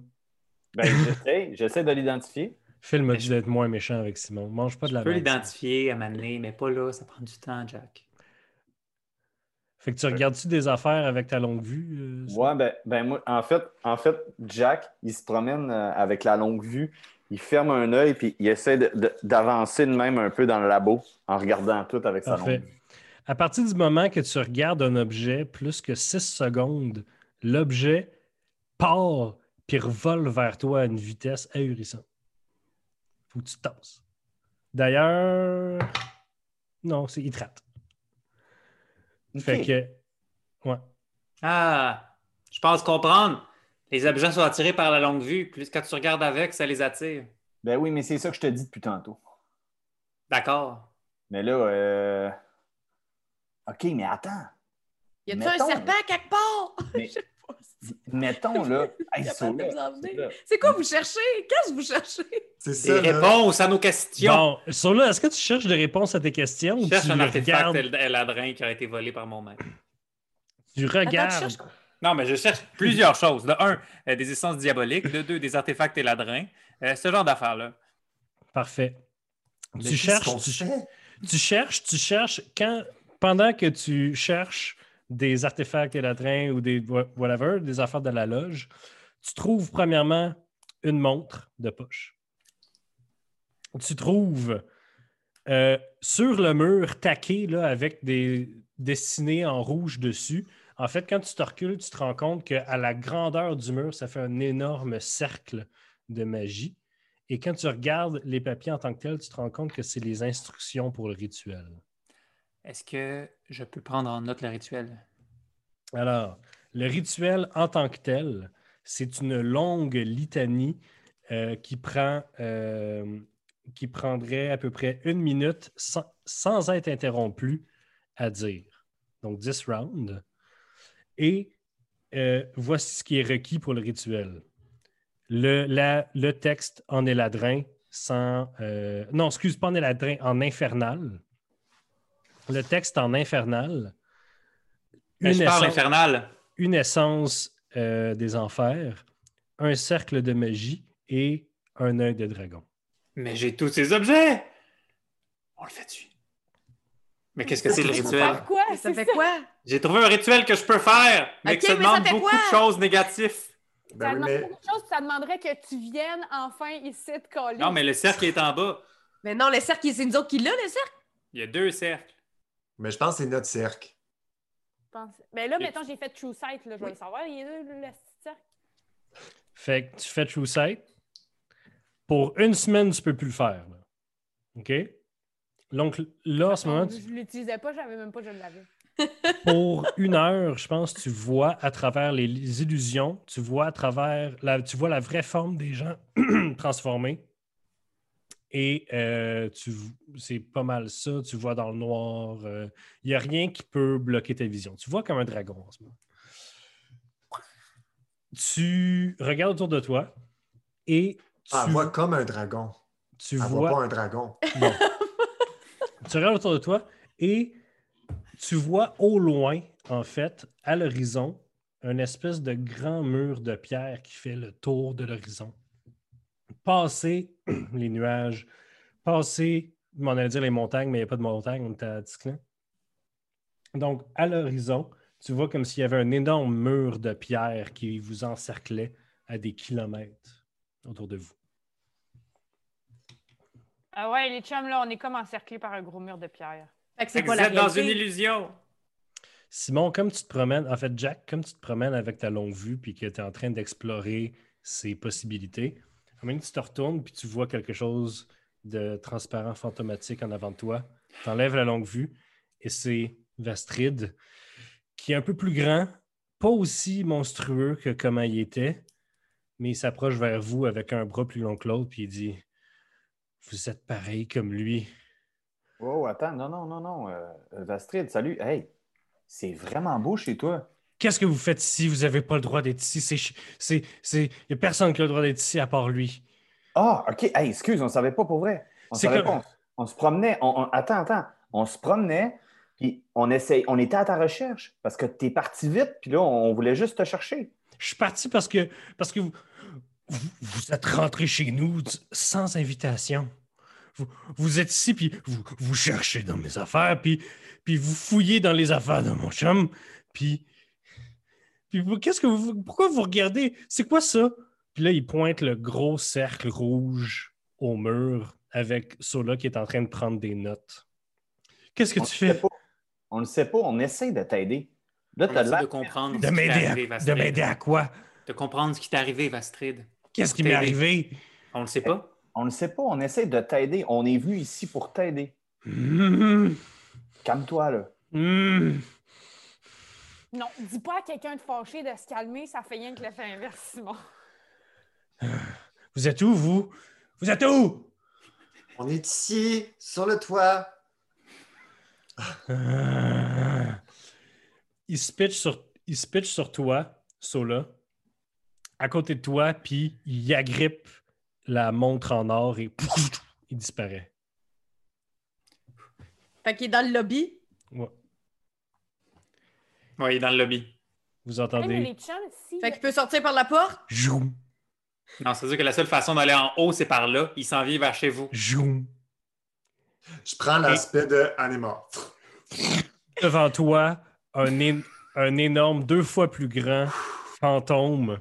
Ben, j'essaie, j'essaie de l'identifier. Phil m'a Mais dit je- d'être moins méchant avec Simon. Mange pas de la Tu peux merde. Simon. l'identifier à Mané, mais pas là, ça prend du temps, Jack. Fait que tu regardes-tu des affaires avec ta longue vue? euh, Simon? Ouais, ben, ben moi, en fait, en fait, Jack, il se promène euh, avec la longue vue, il ferme un œil puis il essaie de- de- d'avancer de même un peu dans le labo en regardant tout avec sa Parfait. longue vue. À partir du moment que tu regardes un objet plus que 6 secondes, l'objet part puis revole vers toi à une vitesse ahurissante. Faut que tu te tasses. D'ailleurs, non, c'est il te rate. Fait Ok. que, ouais. Ah, je pense comprendre. Les objets sont attirés par la longue vue. Plus quand tu regardes avec, ça les attire. Ben oui, mais c'est ça que je te dis depuis tantôt. D'accord. Mais là, euh... OK, mais attends. Y a-tu un Mettons- serpent quelque part? Mais- Je sais pas. si- Mettons, là. Hey, Il a pas Sola, de nous emmener. Sola. C'est quoi vous cherchez? Qu'est-ce que vous cherchez? C'est Des ça, là. réponses à nos questions. Bon, sur là, est-ce que tu cherches des réponses à tes questions Je ou cherche tu un artefact regardes, El- Eladrin qui a été volé par mon maître. tu Attends, regardes tu cherches- Non, mais je cherche plusieurs choses. De un, euh, des essences diaboliques. De deux, des artefacts Eladrin. Euh, ce genre d'affaires-là. Parfait. Mais Tu qu'est-ce cherches, qu'on tu, fait? tu cherches, tu cherches. Quand, pendant que tu cherches des artefacts élatrins ou des wha- whatever, des affaires de la loge, tu trouves premièrement une montre de poche. Tu trouves euh, sur le mur taqué là, avec des dessinées en rouge dessus. En fait, quand tu te recules, tu te rends compte qu'à la grandeur du mur, ça fait un énorme cercle de magie. Et quand tu regardes les papiers en tant que tels, tu te rends compte que c'est les instructions pour le rituel. Est-ce que je peux prendre en note le rituel? Alors, le rituel en tant que tel, c'est une longue litanie euh, qui, prend, euh, qui prendrait à peu près une minute sans, sans être interrompue à dire. Donc, 10 rounds. Et euh, voici ce qui est requis pour le rituel. Le, la- le texte en éladrin sans... euh, non, excuse, pas en éladrin, en infernal. Le texte en infernal. Mais Euh, je parle essence- infernal. une essence euh, des enfers, un cercle de magie et un œil de dragon. Mais j'ai tous ces objets! On le fait dessus. Mais qu'est-ce que c'est le Qu'est-ce qu'on rituel? fait? Quoi? Mais ça C'est fait quoi? J'ai trouvé un rituel que je peux faire, mais Ok, que ça mais ça demande fait beaucoup quoi? de choses négatives. Ça Ben oui, demande mais beaucoup de choses, puis ça demanderait que tu viennes enfin ici te coller. Non, mais le cercle est en bas. Mais non, le cercle, c'est nous autres qui l'a, le cercle. Il y a deux cercles. mais je pense que c'est notre cercle. Je pense- Mais là, Et- mettons, j'ai fait True Sight, là, je vais le savoir. Il est là, le petit cercle. Fait que tu fais True Sight. Pour une semaine, tu peux plus le faire. là. OK? Donc là, en ce moment, tu- Je l'utilisais pas, je savais même pas que je l'avais. pour une heure, je pense, tu vois à travers les, les illusions, tu vois à travers, la, tu vois la vraie forme des gens transformés. Et euh, tu, v- c'est pas mal ça. Tu vois dans le noir. Il n'y a rien qui peut bloquer ta vision. Tu vois comme un dragon en ce moment. Tu regardes autour de toi et tu, Ah, moi, comme un dragon. tu Elle voit vois. pas un dragon. Bon. tu regardes autour de toi et tu vois au loin, en fait, à l'horizon, un espèce de grand mur de pierre qui fait le tour de l'horizon. Passer les nuages, passer, on allait dire les montagnes, mais il n'y a pas de montagne, on est à Tisclan. Donc, à l'horizon, tu vois comme s'il y avait un énorme mur de pierre qui vous encerclait à des kilomètres autour de vous. Ah ouais, les chums, là, on est comme encerclés par un gros mur de pierre. Fait que Fait c'est que pas Vous la êtes dans une réalité. illusion. Simon, comme tu te promènes, en fait, Jack, comme tu te promènes avec ta longue vue puis que tu es en train d'explorer ces possibilités, à un moment donné, tu te retournes puis tu vois quelque chose de transparent, fantomatique en avant de toi. Tu enlèves la longue vue et c'est Vastrid qui est un peu plus grand, pas aussi monstrueux que comment il était, mais il s'approche vers vous avec un bras plus long que l'autre puis il dit Vous êtes pareil comme lui. Oh, attends, non, non, non, non. euh, Vastrid, salut. Hey, C'est vraiment beau chez toi. Qu'est-ce que vous faites ici? Vous n'avez pas le droit d'être ici. C'est, chi- c'est, c'est... Il n'y a personne qui a le droit d'être ici à part lui. Ah, OK. Hey, excuse, on ne savait pas pour vrai. On C'est savait comme- pas. On, on se promenait. On, on- Attends, attends. On se promenait, puis on essaye. On était à ta recherche parce que tu es parti vite, puis là, on voulait juste te chercher. Je suis parti parce que, parce que vous, vous, vous êtes rentré chez nous d- sans invitation. Vous, vous êtes ici, puis vous, vous cherchez dans mes affaires, puis, puis vous fouillez dans les affaires de mon chum, puis... Puis vous- qu'est-ce que vous... Pourquoi vous regardez? C'est quoi ça? Puis là, il pointe le gros cercle rouge au mur avec Sola qui est en train de prendre des notes. Qu'est-ce que on tu le fais? sait pas. On ne sait pas. On essaye de t'aider. Là, On tu as essaie de l'air. comprendre De ce qui t'est m'aider arrivé, à, de m'aider Vastrid. à quoi? De comprendre ce qui t'est arrivé, Vastrid. Qu'est-ce qui m'est T'aider. arrivé? On le sait pas. On ne sait pas. On essaye de t'aider. On est venu ici pour t'aider. Hum, Calme-toi, là. hum. Non, dis pas à quelqu'un de fâché de se calmer, ça fait rien que l'effet inverse, Simon. Vous êtes où, vous? Vous êtes où? On est ici, sur le toit. Ah. Il se pitche sur, il se pitche sur toi, Sola, à côté de toi, puis il agrippe la montre en or et pouf, il disparaît. Fait qu'il est dans le lobby. Ouais. Oui, il est dans le lobby. Vous Hey, mais les entendez? chums, si. Fait qu'il peut sortir par la porte. Joum, Non, c'est-à-dire que la seule façon d'aller en haut, c'est par là. Il s'en vient vers chez vous. joum. Je prends l'aspect de Anima. Devant toi, un, é- un énorme, deux fois plus grand fantôme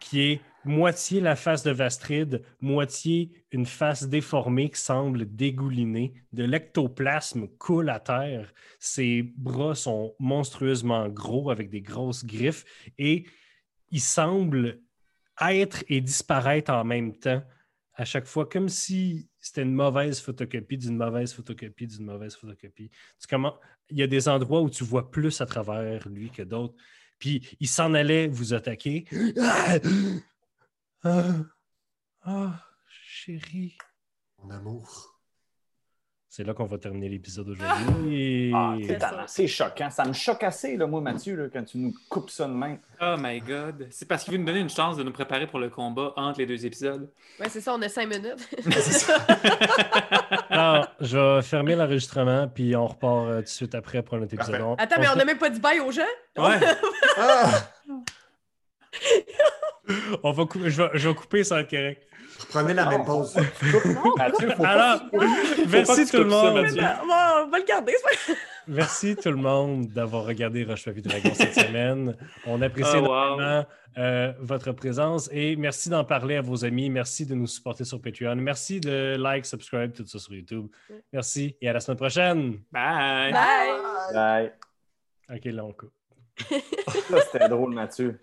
qui est moitié la face de Vastrid, moitié une face déformée qui semble dégoulinée. De l'ectoplasme coule à terre. Ses bras sont monstrueusement gros avec des grosses griffes et il semble être et disparaître en même temps à chaque fois, comme si c'était une mauvaise photocopie d'une mauvaise photocopie d'une mauvaise photocopie. Tu commen- Il y a des endroits où tu vois plus à travers lui que d'autres. Puis il s'en allait vous attaquer. Ah! Ah! Ah, chérie. Mon amour. C'est là qu'on va terminer l'épisode aujourd'hui. Ah, Et- c'est tellement- c'est choquant. Ça me choque assez, là, moi, Mathieu, là, quand tu nous coupes ça de main. Oh my god. C'est parce qu'il veut nous donner une chance de nous préparer pour le combat entre les deux épisodes. Ouais, c'est ça, on a cinq minutes. Alors, Ah, je vais fermer l'enregistrement, puis on repart euh, tout de suite après pour notre épisode. Parfait. On- Attends, on mais se- on n'a même pas dit bye aux gens. Ouais. Ah! on va cou- je, vais, je vais couper, ça va être correct. Reprenez la même pause. Mathieu, faut Alors, merci tu tout le coupes ça, monde. Mathieu. Ah, On va, on va le garder. c'est pas- Merci tout le monde d'avoir regardé Roche Papier Dragon cette semaine. On apprécie Oh, wow. énormément euh, votre présence et merci d'en parler à vos amis. Merci de nous supporter sur Patreon. Merci de like, subscribe, tout ça sur YouTube. Merci et à la semaine prochaine. Bye. Bye. Bye. OK, là, on coupe. Ça, c'était drôle, Mathieu.